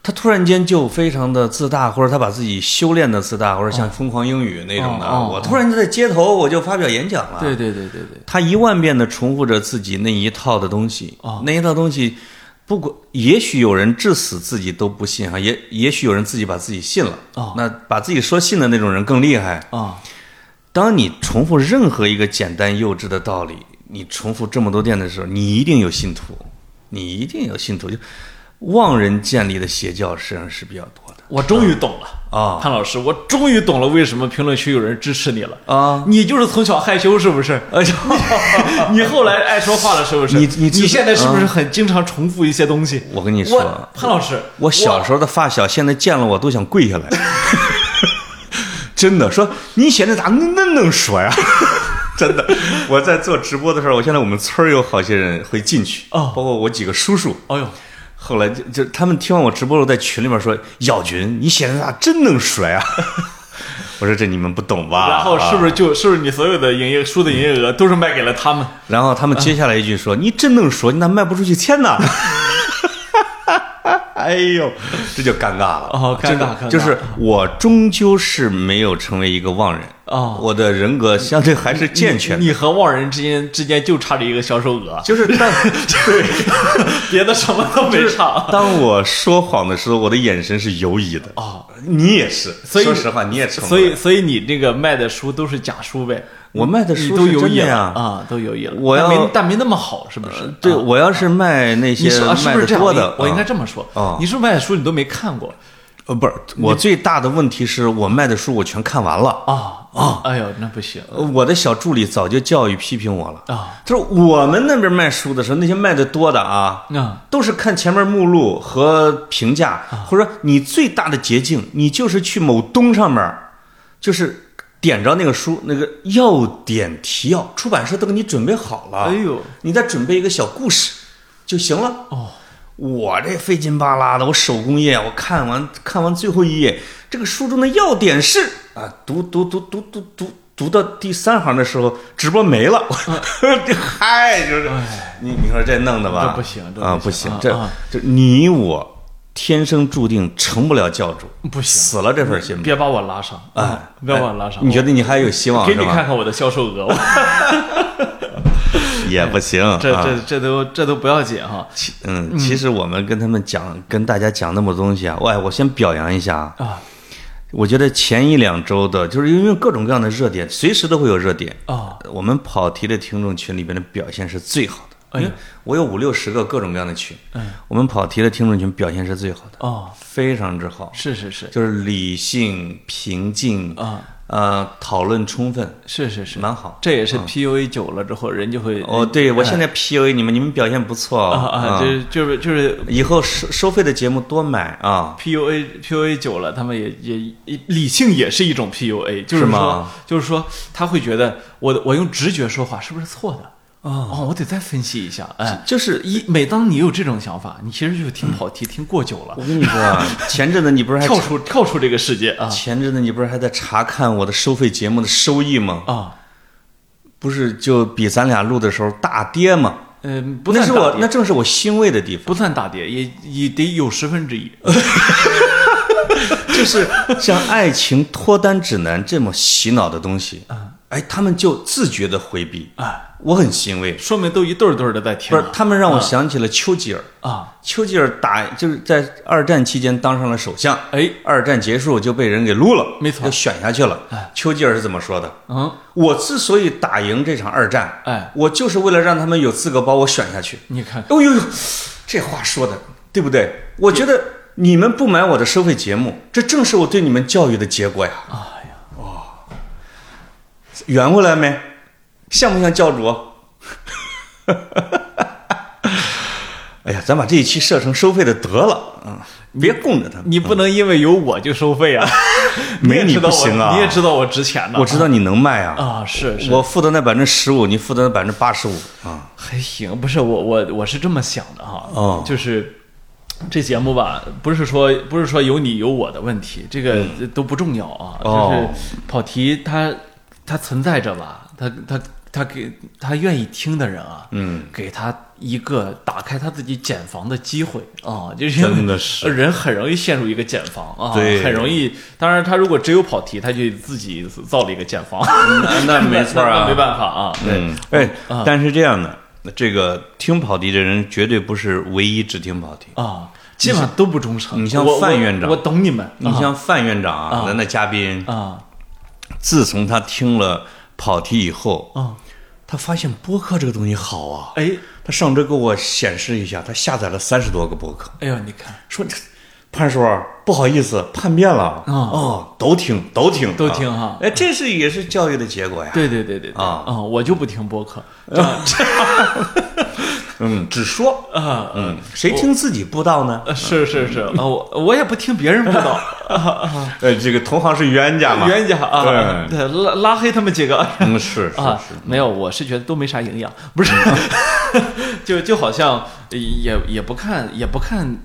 [SPEAKER 2] 他突然间就非常的自大，或者他把自己修炼的自大，或者像《疯狂英语》那种的，
[SPEAKER 1] 哦哦哦
[SPEAKER 2] 我突然就在街头我就发表演讲了。
[SPEAKER 1] 对对对对对，
[SPEAKER 2] 他一万遍的重复着自己那一套的东西，
[SPEAKER 1] 哦
[SPEAKER 2] 那一套东西，不管也许有人至死自己都不信哈，也也许有人自己把自己信了，
[SPEAKER 1] 哦
[SPEAKER 2] 那把自己说信的那种人更厉害。
[SPEAKER 1] 啊，
[SPEAKER 2] 当你重复任何一个简单幼稚的道理，你重复这么多遍的时候，你一定有信徒，你一定有信徒。就妄人建立的邪教实际上是比较多的
[SPEAKER 1] 我终于懂了。
[SPEAKER 2] 啊
[SPEAKER 1] 潘老师，我终于懂了为什么评论区有人支持你了。
[SPEAKER 2] 啊！
[SPEAKER 1] 你就是从小害羞是不是？
[SPEAKER 2] 而且
[SPEAKER 1] 你后来爱说话了是不是？
[SPEAKER 2] 你
[SPEAKER 1] 你
[SPEAKER 2] 你知
[SPEAKER 1] 现在是不是很经常重复一些东西？
[SPEAKER 2] 我跟你说
[SPEAKER 1] 我潘老师，
[SPEAKER 2] 我小时候的发小现在见了我都想跪下来， 真的说你现在咋那那能说呀？啊 真的，我在做直播的时候，我现在我们村儿有好些人会进去，
[SPEAKER 1] 哦
[SPEAKER 2] 包括我几个叔叔，
[SPEAKER 1] 哎呦，
[SPEAKER 2] 后来就就他们听完我直播了，在群里面说：“耀军，你显得咋真能甩啊！” 我说：“这你们不懂吧？”
[SPEAKER 1] 然后是不
[SPEAKER 2] 啊？
[SPEAKER 1] 是就是不是你所有的营业书的营业额都是卖给了他们？
[SPEAKER 2] 然后他们接下来一句说：“你真能说，你咋卖不出去钱呢？” 哎呦，这就尴尬了
[SPEAKER 1] 哦尴尬
[SPEAKER 2] 真的
[SPEAKER 1] 尴尬
[SPEAKER 2] 就是我终究是没有成为一个忘人
[SPEAKER 1] 哦
[SPEAKER 2] 我的人格相对还是健全的。
[SPEAKER 1] 你和望人之间之间就差了一个销售额，
[SPEAKER 2] 就是当
[SPEAKER 1] 别的什么都没差。
[SPEAKER 2] 当我说谎的时候，我的眼神是犹疑的。
[SPEAKER 1] 哦，
[SPEAKER 2] 你也是，
[SPEAKER 1] 所以
[SPEAKER 2] 说实话，你也成不
[SPEAKER 1] 所以
[SPEAKER 2] 了
[SPEAKER 1] 所以你这个卖的书都是假书呗？
[SPEAKER 2] 我卖的
[SPEAKER 1] 你
[SPEAKER 2] 书
[SPEAKER 1] 都
[SPEAKER 2] 是
[SPEAKER 1] 有
[SPEAKER 2] 真
[SPEAKER 1] 意
[SPEAKER 2] 的
[SPEAKER 1] 了
[SPEAKER 2] 呀
[SPEAKER 1] 啊，都有意了。
[SPEAKER 2] 我要
[SPEAKER 1] 但没但没那么好，是不是？
[SPEAKER 2] 对，
[SPEAKER 1] 啊
[SPEAKER 2] 我要是卖那些
[SPEAKER 1] 你是啊，是
[SPEAKER 2] 卖
[SPEAKER 1] 不是
[SPEAKER 2] 的
[SPEAKER 1] 这样？
[SPEAKER 2] 多的，
[SPEAKER 1] 我应该
[SPEAKER 2] 啊
[SPEAKER 1] 这么说
[SPEAKER 2] 啊
[SPEAKER 1] 你是不是卖的书你都没看过？
[SPEAKER 2] 呃，不是，我最大的问题是我卖的书我全看完了。
[SPEAKER 1] 啊
[SPEAKER 2] 哦
[SPEAKER 1] 啊！哎呦，那不行
[SPEAKER 2] 呃我的小助理早就教育批评我了，
[SPEAKER 1] 啊！
[SPEAKER 2] 他说我们那边卖书的时候，那些卖的多的啊，
[SPEAKER 1] 那
[SPEAKER 2] 都是看前面目录和评价，或者说你最大的捷径，你就是去某东上面儿，就是点着那个书那个要点提要，出版社都给你准备好了，
[SPEAKER 1] 哎呦，
[SPEAKER 2] 你再准备一个小故事就行了。
[SPEAKER 1] 哦，
[SPEAKER 2] 我这费劲巴拉的，我手工业，我看完看完最后一页，这个书中的要点是啊，读读读读读读读到第三行的时候，直播没了， 这嗨，就是你你说这弄的吧，
[SPEAKER 1] 哎这不行这不行
[SPEAKER 2] 啊，不行
[SPEAKER 1] 啊，
[SPEAKER 2] 这
[SPEAKER 1] 啊
[SPEAKER 2] 这你我天生注定成不了教主，
[SPEAKER 1] 不行
[SPEAKER 2] 死了这份心吧。
[SPEAKER 1] 别把我拉上
[SPEAKER 2] 哎
[SPEAKER 1] 啊！，别把我拉上。
[SPEAKER 2] 你觉得你还有希望
[SPEAKER 1] 我给
[SPEAKER 2] 是
[SPEAKER 1] 你看
[SPEAKER 2] 吧？
[SPEAKER 1] 看我的销售 额，我
[SPEAKER 2] 也不行，
[SPEAKER 1] 这
[SPEAKER 2] 啊
[SPEAKER 1] 这这都这都不要紧哈
[SPEAKER 2] 其嗯，其实我们跟他们讲，跟大家讲那么多东西啊，喂，我先表扬一下啊，
[SPEAKER 1] 啊
[SPEAKER 2] 我觉得前一两周的，就是因为各种各样的热点，随时都会有热点。
[SPEAKER 1] 啊！
[SPEAKER 2] 我们跑题的听众群里边的表现是最好的，
[SPEAKER 1] 哎
[SPEAKER 2] 因
[SPEAKER 1] 呀
[SPEAKER 2] 为我有五六十个各种各样的群
[SPEAKER 1] 哎，
[SPEAKER 2] 我们跑题的听众群表现是最好的，
[SPEAKER 1] 哦，
[SPEAKER 2] 非常之好，
[SPEAKER 1] 是是是
[SPEAKER 2] 就是理性、平静，
[SPEAKER 1] 啊，
[SPEAKER 2] 呃，讨论充分，
[SPEAKER 1] 是是是，
[SPEAKER 2] 蛮好。嗯
[SPEAKER 1] 这也是 PUA 久了之后，人就会
[SPEAKER 2] 哦，对，我现在嗯 PUA 你们，你们表现不错
[SPEAKER 1] 哎啊啊，就是就是就是
[SPEAKER 2] 以后收收费的节目多买啊，
[SPEAKER 1] PUA PUA 久了，他们也也也理性也是一种 PUA，就是
[SPEAKER 2] 是
[SPEAKER 1] 说
[SPEAKER 2] 吗
[SPEAKER 1] 就是说他会觉得我我用直觉说话是不是错的？
[SPEAKER 2] 哦
[SPEAKER 1] 我得再分析一下。哎，
[SPEAKER 2] 就是
[SPEAKER 1] 一每当你有这种想法，你其实就是听跑题听过久了
[SPEAKER 2] 我，跟你 说啊，前阵子你不是还
[SPEAKER 1] 跳出跳出这个世界啊
[SPEAKER 2] 前阵子你不是还在查看我的收费节目的收益吗？
[SPEAKER 1] 啊，
[SPEAKER 2] 不是就比咱俩录的时候大跌吗？
[SPEAKER 1] 嗯，不
[SPEAKER 2] 那
[SPEAKER 1] 算
[SPEAKER 2] 是
[SPEAKER 1] 大
[SPEAKER 2] 我
[SPEAKER 1] 跌
[SPEAKER 2] 那正是我欣慰的 地方，
[SPEAKER 1] 不算大跌，也也得有十分之一。
[SPEAKER 2] 呃就是像爱情脱单指南这么洗脑的东西，
[SPEAKER 1] 啊
[SPEAKER 2] 哎，他们就自觉的回避，
[SPEAKER 1] 哎，
[SPEAKER 2] 我很欣慰。
[SPEAKER 1] 说明都一对儿对儿的在听
[SPEAKER 2] 不是
[SPEAKER 1] 啊，
[SPEAKER 2] 他们让我想起了丘吉尔，
[SPEAKER 1] 啊，
[SPEAKER 2] 丘吉尔打就是在二战期间当上了首相，
[SPEAKER 1] 哎，
[SPEAKER 2] 二战结束就被人给撸了，
[SPEAKER 1] 没错哎
[SPEAKER 2] 就选下去了。丘吉尔是怎么说的？
[SPEAKER 1] 嗯，
[SPEAKER 2] 我之所以打赢这场二战，
[SPEAKER 1] 哎，
[SPEAKER 2] 我就是为了让他们有资格把我选下去。
[SPEAKER 1] 你看看，
[SPEAKER 2] 哦呦呦，这话说的对不对？我觉得你们不买我的收费节目，这正是我对你们教育的结果呀。哎呀，哦，圆过来没？像不像教主？ 哎呀，咱把这一期设成收费的得了，嗯，别供着他们。
[SPEAKER 1] 你不能因为有我就收费 啊，
[SPEAKER 2] 没
[SPEAKER 1] 你也
[SPEAKER 2] 你
[SPEAKER 1] 知道
[SPEAKER 2] 不行啊
[SPEAKER 1] 我你也知道我值钱呢，
[SPEAKER 2] 我知道你能卖啊，
[SPEAKER 1] 啊，是是，
[SPEAKER 2] 我负责那百分之十五，你负责那百分之八十五啊。
[SPEAKER 1] 还行，不是我我我是这么想的哈，
[SPEAKER 2] 哦
[SPEAKER 1] 就是这节目吧，不是说不是说有你有我的问题，这个都不重要啊，
[SPEAKER 2] 嗯哦
[SPEAKER 1] 就是跑题它它存在着吧，它它它给他愿意听的人啊，
[SPEAKER 2] 嗯，
[SPEAKER 1] 给他一个打开他自己茧房的机会啊，就是因为
[SPEAKER 2] 真的是
[SPEAKER 1] 人很容易陷入一个茧房啊，
[SPEAKER 2] 对
[SPEAKER 1] 很容易。当然，他如果只有跑题，他就自己造了一个茧房，
[SPEAKER 2] 那那没 错
[SPEAKER 1] 那
[SPEAKER 2] 啊，
[SPEAKER 1] 那没办法啊，对。
[SPEAKER 2] 嗯，哎，但是这样的，这个听跑题的人绝对不是唯一只听跑题。
[SPEAKER 1] 啊，基本上都不忠诚。
[SPEAKER 2] 你像
[SPEAKER 1] 我我
[SPEAKER 2] 范院长
[SPEAKER 1] 我懂你们。
[SPEAKER 2] 你像范院长啊，咱的嘉宾，
[SPEAKER 1] 啊
[SPEAKER 2] 自从他听了跑题以后，
[SPEAKER 1] 啊，
[SPEAKER 2] 他发现播客这个东西好啊。
[SPEAKER 1] 哎
[SPEAKER 2] 他上周给我显示一下，他下载了三十多个播客，
[SPEAKER 1] 哎呦，你看
[SPEAKER 2] 说这潘叔不好意思叛变了，
[SPEAKER 1] 嗯
[SPEAKER 2] 哦，都听都听
[SPEAKER 1] 都听
[SPEAKER 2] 啊
[SPEAKER 1] 哈，
[SPEAKER 2] 哎，这是也是教育的结果呀。
[SPEAKER 1] 对对对对对
[SPEAKER 2] 啊
[SPEAKER 1] 我就不听播客
[SPEAKER 2] 嗯，只说，
[SPEAKER 1] 啊。
[SPEAKER 2] 嗯，谁听自己布道呢？
[SPEAKER 1] 呃是是是啊，我我也不听别人不 道，
[SPEAKER 2] 呃，这个同行是冤家嘛，
[SPEAKER 1] 冤家啊，
[SPEAKER 2] 对，
[SPEAKER 1] 对拉拉黑他们几个
[SPEAKER 2] 嗯，是是
[SPEAKER 1] 啊
[SPEAKER 2] 是，，
[SPEAKER 1] 没有，我是觉得都没啥营养，不 是，就就好像也也不看也不看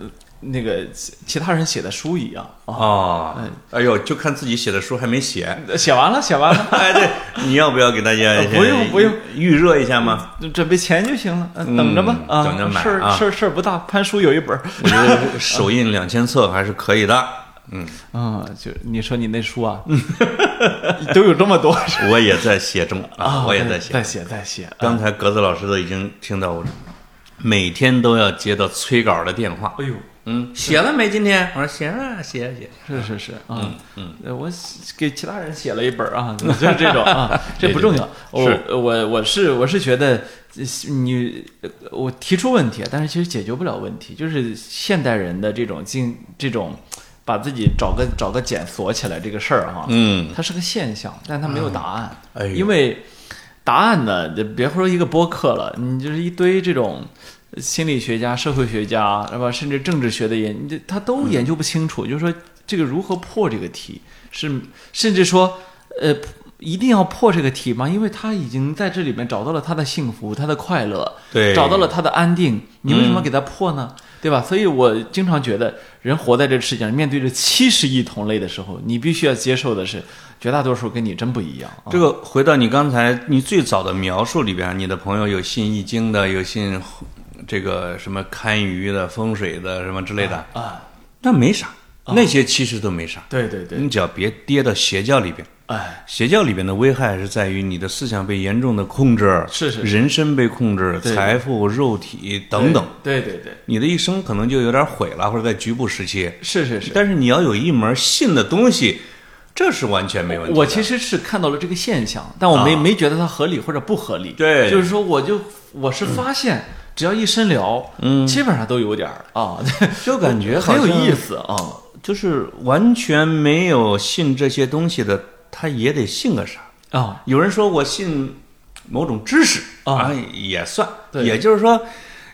[SPEAKER 1] 那个其其他人写的书一样啊，
[SPEAKER 2] 啊，哎呦，就看自己写的书还没写。
[SPEAKER 1] 写完了写完了，
[SPEAKER 2] 哎，对，你要啊不要给大家
[SPEAKER 1] 不用不用
[SPEAKER 2] 预热一下吗？
[SPEAKER 1] 准备钱就行了，呃等着吧
[SPEAKER 2] 嗯
[SPEAKER 1] 啊，
[SPEAKER 2] 等着买
[SPEAKER 1] 事儿
[SPEAKER 2] 啊
[SPEAKER 1] 事儿事儿不大，潘叔有一本儿，
[SPEAKER 2] 我觉得首印两千册还是可以的。嗯，
[SPEAKER 1] 嗯，就你说你那书啊，都有这么 多
[SPEAKER 2] 我也在写中 啊，我也在写
[SPEAKER 1] 在。写，在写。
[SPEAKER 2] 刚才格子老师都已经听到我，每天都要接到催稿的电话。
[SPEAKER 1] 哎呦，
[SPEAKER 2] 嗯，写了没？今天我说写了，写了写了。
[SPEAKER 1] 是是是啊，
[SPEAKER 2] 嗯
[SPEAKER 1] 呃我给其他人写了一本儿啊，就是这种 啊，这不重要。
[SPEAKER 2] 对
[SPEAKER 1] 我
[SPEAKER 2] 对
[SPEAKER 1] 我我是我是觉得呃你我提出问题，但是其实解决不了问题，就是现代人的这种境这种。把自己找个找个茧锁起来这个事儿啊哈，
[SPEAKER 2] 嗯，
[SPEAKER 1] 它是个现象，但它没有答案，
[SPEAKER 2] 哎呦
[SPEAKER 1] 因为答案呢，就别说一个播客了，你就是一堆这种心理学家、社会学家，是吧？甚至政治学的研，你他都研究不清楚，
[SPEAKER 2] 嗯
[SPEAKER 1] 就是说这个如何破这个题，是甚至说呃。一定要破这个题吗？因为他已经在这里面找到了他的幸福，他的快乐，
[SPEAKER 2] 对
[SPEAKER 1] 找到了他的安定，你为什
[SPEAKER 2] 嗯
[SPEAKER 1] 么给他破呢？对吧？所以我经常觉得，人活在这个世界上，面对着七十亿同类的时候，你必须要接受的是，绝大多数跟你真不一样啊。
[SPEAKER 2] 这个回到你刚才你最早的描述里边，你的朋友有信易经的，有信这个什么堪舆的、风水的什么之类的，
[SPEAKER 1] 啊，
[SPEAKER 2] 那没啥，那些其实都没啥。
[SPEAKER 1] 对对对，
[SPEAKER 2] 你只要别跌到邪教里边，
[SPEAKER 1] 哎，
[SPEAKER 2] 邪教里边的危害是在于你的思想被严重的控制，
[SPEAKER 1] 是是
[SPEAKER 2] 人身被控制，
[SPEAKER 1] 对
[SPEAKER 2] 财富、肉体等等，
[SPEAKER 1] 对，对对对，
[SPEAKER 2] 你的一生可能就有点毁了，或者在局部时期。
[SPEAKER 1] 是是是。
[SPEAKER 2] 但是你要有一门信的东西，这是完全没问题的。
[SPEAKER 1] 我其实是看到了这个现象，但我没、
[SPEAKER 2] 啊
[SPEAKER 1] 没觉得它合理或者不合理。
[SPEAKER 2] 对
[SPEAKER 1] 就是说，我就我是发现，只要一深聊，嗯，基本上都有点儿啊，
[SPEAKER 2] 就感 觉
[SPEAKER 1] 很有
[SPEAKER 2] 好像
[SPEAKER 1] 意思啊。
[SPEAKER 2] 就是完全没有信这些东西的，他也得信个啥？
[SPEAKER 1] 啊，
[SPEAKER 2] 有人说我信某种知识
[SPEAKER 1] 啊
[SPEAKER 2] 也算。
[SPEAKER 1] 对
[SPEAKER 2] 也就是说，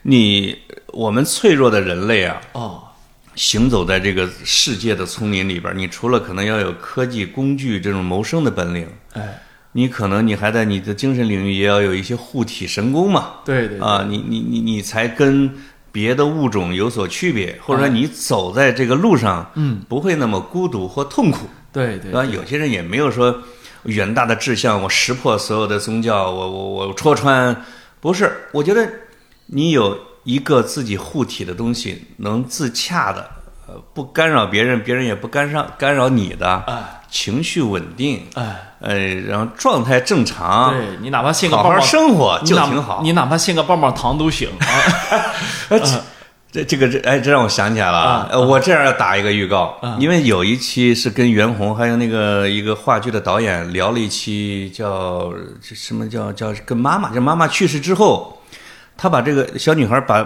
[SPEAKER 2] 你我们脆弱的人类啊，
[SPEAKER 1] 哦，
[SPEAKER 2] 行走在这个世界的丛林里边，你除了可能要有科技工具这种谋生的本领，
[SPEAKER 1] 哎，
[SPEAKER 2] 你可能你还在你的精神领域也要有一些护体神功嘛。
[SPEAKER 1] 对对，对
[SPEAKER 2] 啊，你你你你才跟别的物种有所区别，或者说你走在这个路上，
[SPEAKER 1] 啊嗯，
[SPEAKER 2] 不会那么孤独或痛苦。
[SPEAKER 1] 对对
[SPEAKER 2] 啊，有些人也没有说远大的志向，我识破所有的宗教，我我我戳穿，不是，我觉得你有一个自己护体的东西，能自洽的，呃，不干扰别人，别人也不干扰干扰你的，
[SPEAKER 1] 哎
[SPEAKER 2] 情绪稳定，
[SPEAKER 1] 哎，
[SPEAKER 2] 呃，然后状态正常，
[SPEAKER 1] 对你哪怕信个
[SPEAKER 2] 好
[SPEAKER 1] 棒棒
[SPEAKER 2] 啊好生活
[SPEAKER 1] 你
[SPEAKER 2] 就
[SPEAKER 1] 哪
[SPEAKER 2] 挺好。
[SPEAKER 1] 你哪怕信个棒棒糖都行 啊。
[SPEAKER 2] 哎，这这这个这哎，这让我想起来了
[SPEAKER 1] 啊
[SPEAKER 2] 啊！呃我这样要打一个预告，因为有一期是跟袁弘还有那个一个话剧的导演聊了一期叫这什么叫叫跟妈妈，就妈妈去世之后，他把这个小女孩把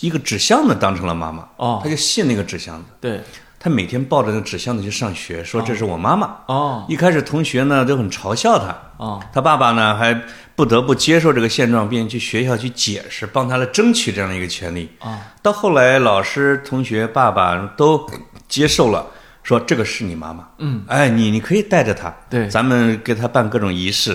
[SPEAKER 2] 一个纸箱子当成了妈妈，
[SPEAKER 1] 哦
[SPEAKER 2] 他就信那个纸箱子，
[SPEAKER 1] 对，
[SPEAKER 2] 他每天抱着那纸箱子去上学，说这是我妈妈。
[SPEAKER 1] 哦
[SPEAKER 2] 一开始同学呢都很嘲笑他，
[SPEAKER 1] 哦
[SPEAKER 2] 他爸爸呢还不得不接受这个现状，并去学校去解释，帮他来争取这样的一个权利。
[SPEAKER 1] 啊
[SPEAKER 2] 到后来，老师、同学、爸爸都接受了，说这个是你妈妈。
[SPEAKER 1] 嗯，
[SPEAKER 2] 哎，你你可以带着她，
[SPEAKER 1] 对
[SPEAKER 2] 咱们给她办各种仪式。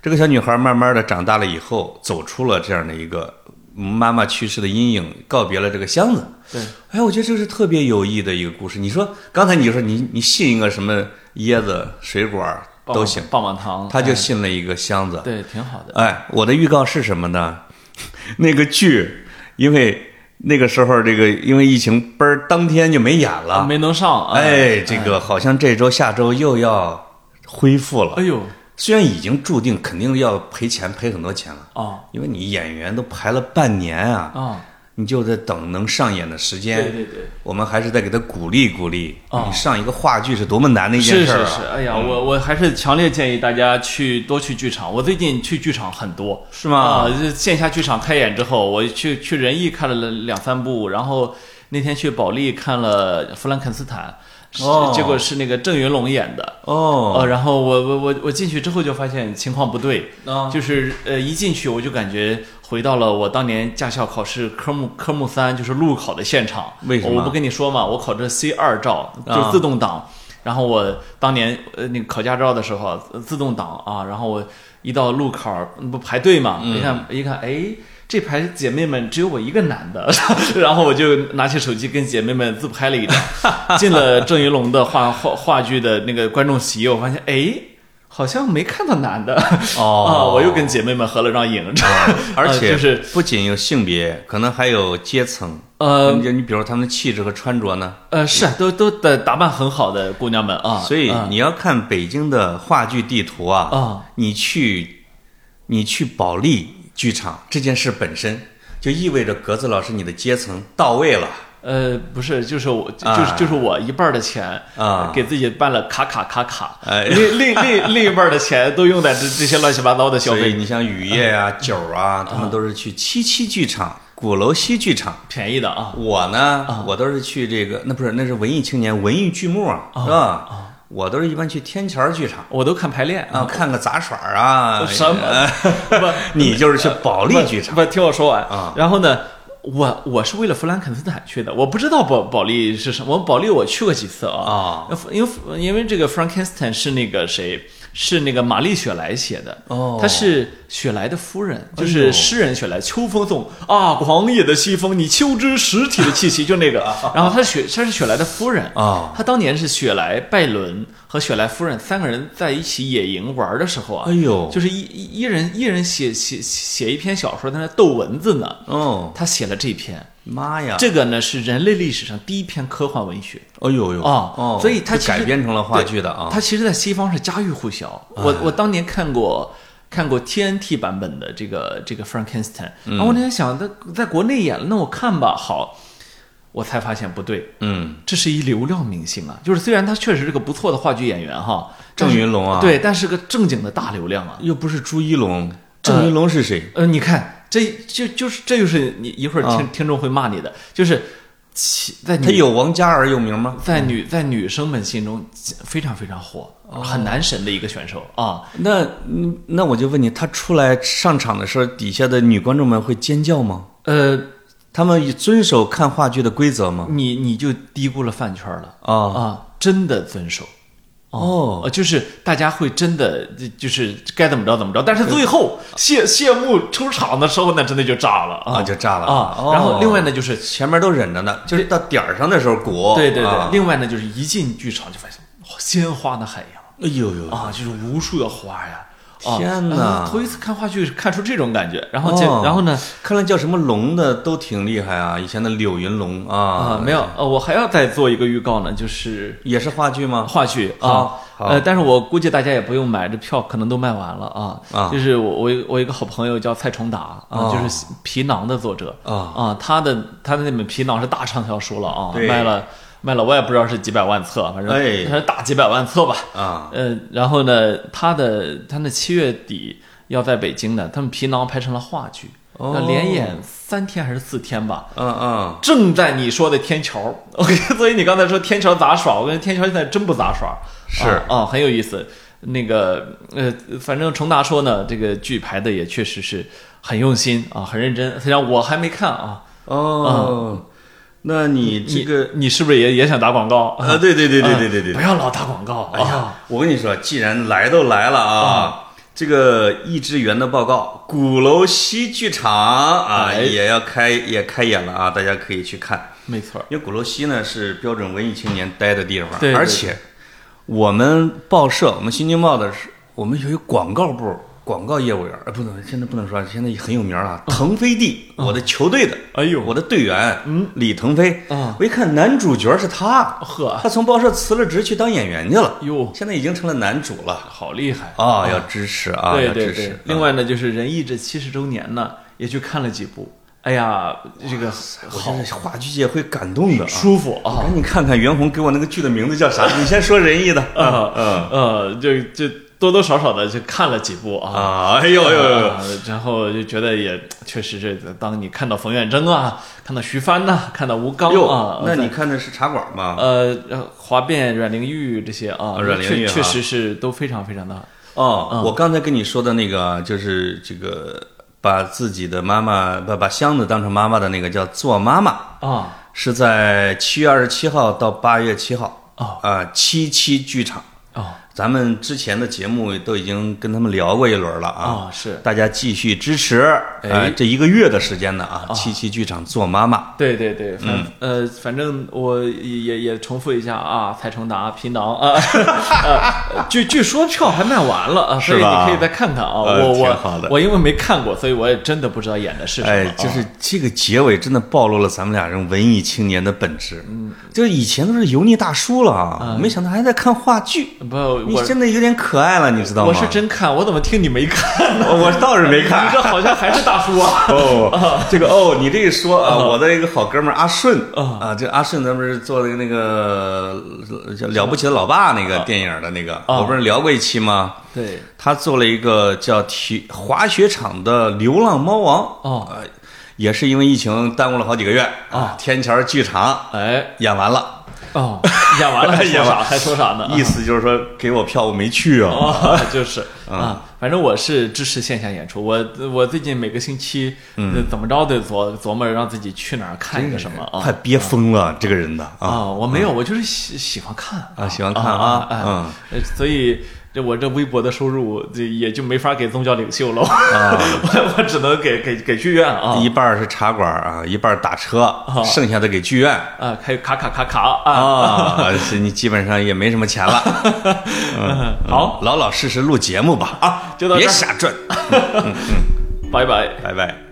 [SPEAKER 2] 这个小女孩慢慢的长大了以后，走出了这样的一个妈妈去世的阴影，告别了这个箱子。
[SPEAKER 1] 对，
[SPEAKER 2] 哎，我觉得这是特别有意义的一个故事。你说刚才你就说你你信一个什么椰子、水果儿
[SPEAKER 1] 棒棒
[SPEAKER 2] 都行，
[SPEAKER 1] 棒棒糖，
[SPEAKER 2] 他就
[SPEAKER 1] 哎
[SPEAKER 2] 信了一个箱子。
[SPEAKER 1] 对，挺好的。
[SPEAKER 2] 哎，我的预告是什么呢？ 那个剧，因为那个时候这个因为疫情，嘣儿当天就没演了。
[SPEAKER 1] 没能上，
[SPEAKER 2] 啊哎，这个好像这周、下周又要恢复
[SPEAKER 1] 哎
[SPEAKER 2] 了。
[SPEAKER 1] 呦
[SPEAKER 2] 虽然已经注定肯定要赔钱，赔很多钱了，
[SPEAKER 1] 啊
[SPEAKER 2] 因为你演员都排了半年啊，
[SPEAKER 1] 啊，
[SPEAKER 2] 你就在等能上演的时
[SPEAKER 1] 对
[SPEAKER 2] 间。
[SPEAKER 1] 对对，
[SPEAKER 2] 我们还是在给他鼓励鼓励。
[SPEAKER 1] 哦
[SPEAKER 2] 你上一个话剧是多么难的一件
[SPEAKER 1] 是
[SPEAKER 2] 事儿
[SPEAKER 1] 是
[SPEAKER 2] 啊！
[SPEAKER 1] 是，哎呀，我我还是强烈建议大家去多去剧场。我最近去剧场很多，
[SPEAKER 2] 是吗
[SPEAKER 1] 啊，这线下剧场开演之后，我去去仁义看了两三部，然后那天去保利看了《弗兰肯斯坦》是，
[SPEAKER 2] 哦
[SPEAKER 1] 结果是那个郑云龙演的，
[SPEAKER 2] 哦，
[SPEAKER 1] 哦，然后我我我我进去之后就发现情况不对，
[SPEAKER 2] 啊
[SPEAKER 1] 就是呃一进去我就感觉回到了我当年驾校考试科目科目三就是路考的现场。
[SPEAKER 2] 为什么
[SPEAKER 1] 哦我不跟你说嘛，我考这 C 二照就
[SPEAKER 2] 啊
[SPEAKER 1] 自动挡，然后我当年呃那个考驾照的时候啊呃自动挡啊，然后我一到路口儿嗯不排队嘛，一看一看哎。这排姐妹们只有我一个男的， 然后我就拿起手机跟姐妹们自拍了一张， 进了郑云龙的话话话剧的那个观众席，我发现哎，好像没看到男的 啊，
[SPEAKER 2] 哦
[SPEAKER 1] 我又跟姐妹们合了张影，
[SPEAKER 2] 而且
[SPEAKER 1] 呃就是
[SPEAKER 2] 不仅有性别，可能还有阶层。
[SPEAKER 1] 呃
[SPEAKER 2] 你你比如他们的气质和穿着呢，
[SPEAKER 1] 呃是啊都都打打扮很好的姑娘们啊，
[SPEAKER 2] 所以
[SPEAKER 1] 啊
[SPEAKER 2] 你要看北京的话剧地图啊，
[SPEAKER 1] 啊
[SPEAKER 2] 你去你去保利剧场这件事本身就意味着格子老师你的阶层到位了。
[SPEAKER 1] 呃不是就是我就
[SPEAKER 2] 啊
[SPEAKER 1] 是就是我一半儿的钱
[SPEAKER 2] 啊
[SPEAKER 1] 给自己办了卡卡卡卡，
[SPEAKER 2] 哎
[SPEAKER 1] 另另另另一半儿的钱都用在这这些乱七八糟的消
[SPEAKER 2] 所以
[SPEAKER 1] 费，
[SPEAKER 2] 啊
[SPEAKER 1] 啊
[SPEAKER 2] 你像雨夜啊、九儿啊，他们都是去七七剧场鼓楼西剧场。
[SPEAKER 1] 便宜的啊，
[SPEAKER 2] 我呢，我都是去这个，那不是，那是文艺青年、文艺剧目啊，是吧？我都是一般去天桥儿剧场
[SPEAKER 1] 我都看排练
[SPEAKER 2] 啊，看个杂耍儿啊。
[SPEAKER 1] 什么？ 不，
[SPEAKER 2] 你就是去保利剧场
[SPEAKER 1] 不，听我说完
[SPEAKER 2] 啊。
[SPEAKER 1] 然后呢，我我是为了弗兰肯斯坦去的，我不知道保保利是什么。我保利我去过几次啊，
[SPEAKER 2] 啊？
[SPEAKER 1] 因为因为这个 Frankenstein 是那个谁。是那个玛丽雪莱写的，
[SPEAKER 2] 哦
[SPEAKER 1] 她是雪莱的夫人，就
[SPEAKER 2] 哎
[SPEAKER 1] 是
[SPEAKER 2] 呦
[SPEAKER 1] 诗人雪莱。秋风送啊，狂野的西风，你秋之实体的气 息，就那个。然后她是雪，她是雪莱的夫人
[SPEAKER 2] 哦
[SPEAKER 1] 她当年是雪莱、拜伦和雪莱夫人三个人在一起野营玩的时候啊，
[SPEAKER 2] 哎呦，
[SPEAKER 1] 就是一一一人一人写写写一篇小说，在那斗蚊子呢。
[SPEAKER 2] 哦，
[SPEAKER 1] 他写了这篇，
[SPEAKER 2] 妈呀！
[SPEAKER 1] 这个呢是人类历史上第一篇科幻文学
[SPEAKER 2] 哎呦呦
[SPEAKER 1] 啊、
[SPEAKER 2] 哦，
[SPEAKER 1] 所以它
[SPEAKER 2] 就
[SPEAKER 1] 其实
[SPEAKER 2] 改编成了话剧的啊。哎
[SPEAKER 1] 它其实，在西方是家喻户晓。我我当年看过看过 TNT 版本的这个这个 Frankenstein，然后我
[SPEAKER 2] 嗯
[SPEAKER 1] 那天想，在在国内演了，那我看吧，好，我才发现不对，
[SPEAKER 2] 嗯，
[SPEAKER 1] 这是一流量明星啊，就是虽然他确实是个不错的话剧演员哈，
[SPEAKER 2] 郑云龙啊，，
[SPEAKER 1] 对，但是个正经的大流量啊。
[SPEAKER 2] 又不是朱一龙，郑云龙是谁？
[SPEAKER 1] 呃，你看，这就就是这就是你一会儿听、
[SPEAKER 2] 啊
[SPEAKER 1] 听众会骂你的，就是其在
[SPEAKER 2] 他
[SPEAKER 1] 女
[SPEAKER 2] 有王嘉尔有名吗？
[SPEAKER 1] 在女在女生们心中非常非常火，
[SPEAKER 2] 哦
[SPEAKER 1] 很男神的一个选手啊。
[SPEAKER 2] 那嗯那我就问你，他出来上场的时候，底下的女观众们会尖叫吗？
[SPEAKER 1] 呃，
[SPEAKER 2] 他们遵守看话剧的规则吗？
[SPEAKER 1] 你你就低估了饭圈了
[SPEAKER 2] 啊
[SPEAKER 1] 啊！真的遵守
[SPEAKER 2] 哦，
[SPEAKER 1] 呃就是大家会真的就是该怎么着怎么着，但是最后谢谢幕出场的时候呢，真的就炸了啊
[SPEAKER 2] 啊就炸了
[SPEAKER 1] 啊！
[SPEAKER 2] 哦
[SPEAKER 1] 然后另外呢就是
[SPEAKER 2] 前面都忍着呢，就是到点儿上的时候鼓。
[SPEAKER 1] 对对对，
[SPEAKER 2] 啊
[SPEAKER 1] 另外呢就是一进剧场就发现哇鲜花的海洋。
[SPEAKER 2] 哎呦呦，
[SPEAKER 1] 啊，就是无数的花呀！啊
[SPEAKER 2] 天哪
[SPEAKER 1] 啊头一次看话剧是看出这种感觉，然后结、
[SPEAKER 2] 哦
[SPEAKER 1] 然后呢？
[SPEAKER 2] 看来叫什么龙的都挺厉害啊，以前的柳云龙
[SPEAKER 1] 啊、
[SPEAKER 2] 啊，
[SPEAKER 1] 没有，呃，我还要再做一个预告呢，就是
[SPEAKER 2] 也是话剧吗？
[SPEAKER 1] 话剧啊
[SPEAKER 2] 好，好
[SPEAKER 1] 呃，但是我估计大家也不用买，这票可能都卖完了啊。
[SPEAKER 2] 啊
[SPEAKER 1] 就是我我一我一个好朋友叫蔡崇达啊，
[SPEAKER 2] 哦
[SPEAKER 1] 就是皮囊的作者
[SPEAKER 2] 啊
[SPEAKER 1] 他的他的那本皮囊是大畅销书了啊，
[SPEAKER 2] 对
[SPEAKER 1] 卖了卖了，我也不知道是几百万册，反正
[SPEAKER 2] 哎
[SPEAKER 1] 反正大几百万册吧。
[SPEAKER 2] 啊，
[SPEAKER 1] 呃，然后呢，他的他那七月底要在北京呢，他们皮囊拍成了话剧，
[SPEAKER 2] 哦
[SPEAKER 1] 那连演三天还是四天吧。
[SPEAKER 2] 嗯嗯。
[SPEAKER 1] 正在你说的天桥，OK，所 以你刚才说天桥咋耍，我跟你说天桥现在真不咋耍，
[SPEAKER 2] 是
[SPEAKER 1] 啊、啊很有意思。那个呃，反正程达说呢，这个剧排的也确实是很用心啊，很认真。虽然我还没看啊，
[SPEAKER 2] 哦，那你这个
[SPEAKER 1] 你啊是不是也也想打广告？
[SPEAKER 2] 呃，对对对对对对对
[SPEAKER 1] 不，要老打广告
[SPEAKER 2] 哎
[SPEAKER 1] 啊
[SPEAKER 2] 呀！，我跟你说，既然来都来了啊。这个益智园的报告，鼓楼西剧场啊，
[SPEAKER 1] 哎
[SPEAKER 2] 也要开也开演了啊，大家可以去看。
[SPEAKER 1] 没错儿，
[SPEAKER 2] 因为鼓楼西呢是标准文艺青年待的地方，
[SPEAKER 1] 对对
[SPEAKER 2] 而且我们报社，我们新京报的是，我们有一个广告部广告业务员，呃，不能现在不能说，现在很有名了，腾飞地，我的球队的，
[SPEAKER 1] 啊哎呦
[SPEAKER 2] 我的队员，嗯，李腾飞
[SPEAKER 1] 啊，
[SPEAKER 2] 我一看男主角是他，
[SPEAKER 1] 呵，
[SPEAKER 2] 他从报社辞了职去当演员去了，
[SPEAKER 1] 哟，
[SPEAKER 2] 现在已经成了男主了
[SPEAKER 1] 好厉害
[SPEAKER 2] 啊！要支持啊，
[SPEAKER 1] 对
[SPEAKER 2] 要
[SPEAKER 1] 对
[SPEAKER 2] 支
[SPEAKER 1] 对
[SPEAKER 2] 持。，
[SPEAKER 1] 另外呢，就是仁义这七十周年呢，也去看了几部。哎呀，这个
[SPEAKER 2] 好
[SPEAKER 1] 好，
[SPEAKER 2] 话剧界会感动的啊！
[SPEAKER 1] 舒服啊！
[SPEAKER 2] 赶紧看看袁弘给我那个剧的名字叫啥？你先说仁义的
[SPEAKER 1] 啊
[SPEAKER 2] 嗯
[SPEAKER 1] 呃，就就多多少少的就看了几部啊。
[SPEAKER 2] 啊！哎呦呦呦呦！
[SPEAKER 1] 啊然后就觉得也确实这，当你看到冯远征啊，看到徐帆呐、看到吴刚
[SPEAKER 2] 哎哟，
[SPEAKER 1] 啊，
[SPEAKER 2] 那
[SPEAKER 1] 在
[SPEAKER 2] 你看的是茶馆吗？
[SPEAKER 1] 呃呃华变、阮玲玉这些啊，
[SPEAKER 2] 啊阮玲玉
[SPEAKER 1] 确
[SPEAKER 2] 啊
[SPEAKER 1] 确实是都非常非常的嗯
[SPEAKER 2] 哦，我刚才跟你说的那个啊就是这个把自己的妈妈把把箱子当成妈妈的那个叫做妈妈，
[SPEAKER 1] 啊
[SPEAKER 2] 是在七月二十七号到八月七号
[SPEAKER 1] 哦
[SPEAKER 2] 啊七七剧场。
[SPEAKER 1] 哦
[SPEAKER 2] 咱们之前的节目都已经跟他们聊过一轮了啊，
[SPEAKER 1] 啊是，
[SPEAKER 2] 大家继续支持，
[SPEAKER 1] 哎哦
[SPEAKER 2] 呃，这一个月的时间呢啊，七七剧场做妈妈，
[SPEAKER 1] 对对对，反、
[SPEAKER 2] 嗯
[SPEAKER 1] 呃，反正我也也重复一下啊，蔡成达、皮囊啊， 呃，据据说票还卖完了啊，所以
[SPEAKER 2] 是
[SPEAKER 1] 你
[SPEAKER 2] 吧
[SPEAKER 1] 可以再看看啊。
[SPEAKER 2] 呃
[SPEAKER 1] 我
[SPEAKER 2] 挺好
[SPEAKER 1] 我
[SPEAKER 2] 的
[SPEAKER 1] 我因为没看过，所以我也真的不知道演的是什啊么。
[SPEAKER 2] 哎，就是这个结尾真的暴露了咱们俩人文艺青年的本质，嗯，就是以前都是油腻大叔了啊，没想到还在看话剧，
[SPEAKER 1] 不，
[SPEAKER 2] 你
[SPEAKER 1] 嗯我
[SPEAKER 2] 真的有点可爱了，你知道吗？
[SPEAKER 1] 我是真看，我怎么听你没看呢？
[SPEAKER 2] 我倒是 没
[SPEAKER 1] 你
[SPEAKER 2] 看。。
[SPEAKER 1] 这好像还是大叔 啊
[SPEAKER 2] 哦，这个哦，你这一说啊，我的一个好哥们儿阿顺啊，这阿顺咱们是做的那个呃叫《了不起的老爸》那个
[SPEAKER 1] 啊
[SPEAKER 2] 电影的那个，我不是聊过一期吗？
[SPEAKER 1] 对，
[SPEAKER 2] 他做了一个叫体滑雪场的流浪猫王
[SPEAKER 1] 哦
[SPEAKER 2] 呃也是因为疫情耽误了好几个月啊。天桥剧场
[SPEAKER 1] 哎，
[SPEAKER 2] 演完了，
[SPEAKER 1] 哦，演完了还说
[SPEAKER 2] 演完
[SPEAKER 1] 啥？还说啥呢？
[SPEAKER 2] 意思就是说给我票我没去啊。
[SPEAKER 1] 啊， 就是
[SPEAKER 2] 嗯
[SPEAKER 1] 啊，反正我是支持线下演出。我我最近每个星期，嗯，怎么着得琢琢磨让自己去哪儿看一个什么啊
[SPEAKER 2] 快憋疯了，这个人的嗯啊
[SPEAKER 1] 啊！我没有，我就是喜喜欢看
[SPEAKER 2] 啊喜欢看
[SPEAKER 1] 啊
[SPEAKER 2] 啊，
[SPEAKER 1] 哎呃所以这我这微薄的收入，这也就没法给宗教领袖了，
[SPEAKER 2] 啊
[SPEAKER 1] 我我只能给给给剧院啊
[SPEAKER 2] 一半儿是茶馆儿啊，一半儿打车，剩下的给剧院
[SPEAKER 1] 啊，开卡卡卡卡啊，
[SPEAKER 2] 啊，是你基本上也没什么 钱了。嗯，
[SPEAKER 1] 好，
[SPEAKER 2] 老老实实录节目吧啊，
[SPEAKER 1] 就到这
[SPEAKER 2] 别
[SPEAKER 1] 儿
[SPEAKER 2] 瞎转，
[SPEAKER 1] 拜拜。
[SPEAKER 2] 拜拜。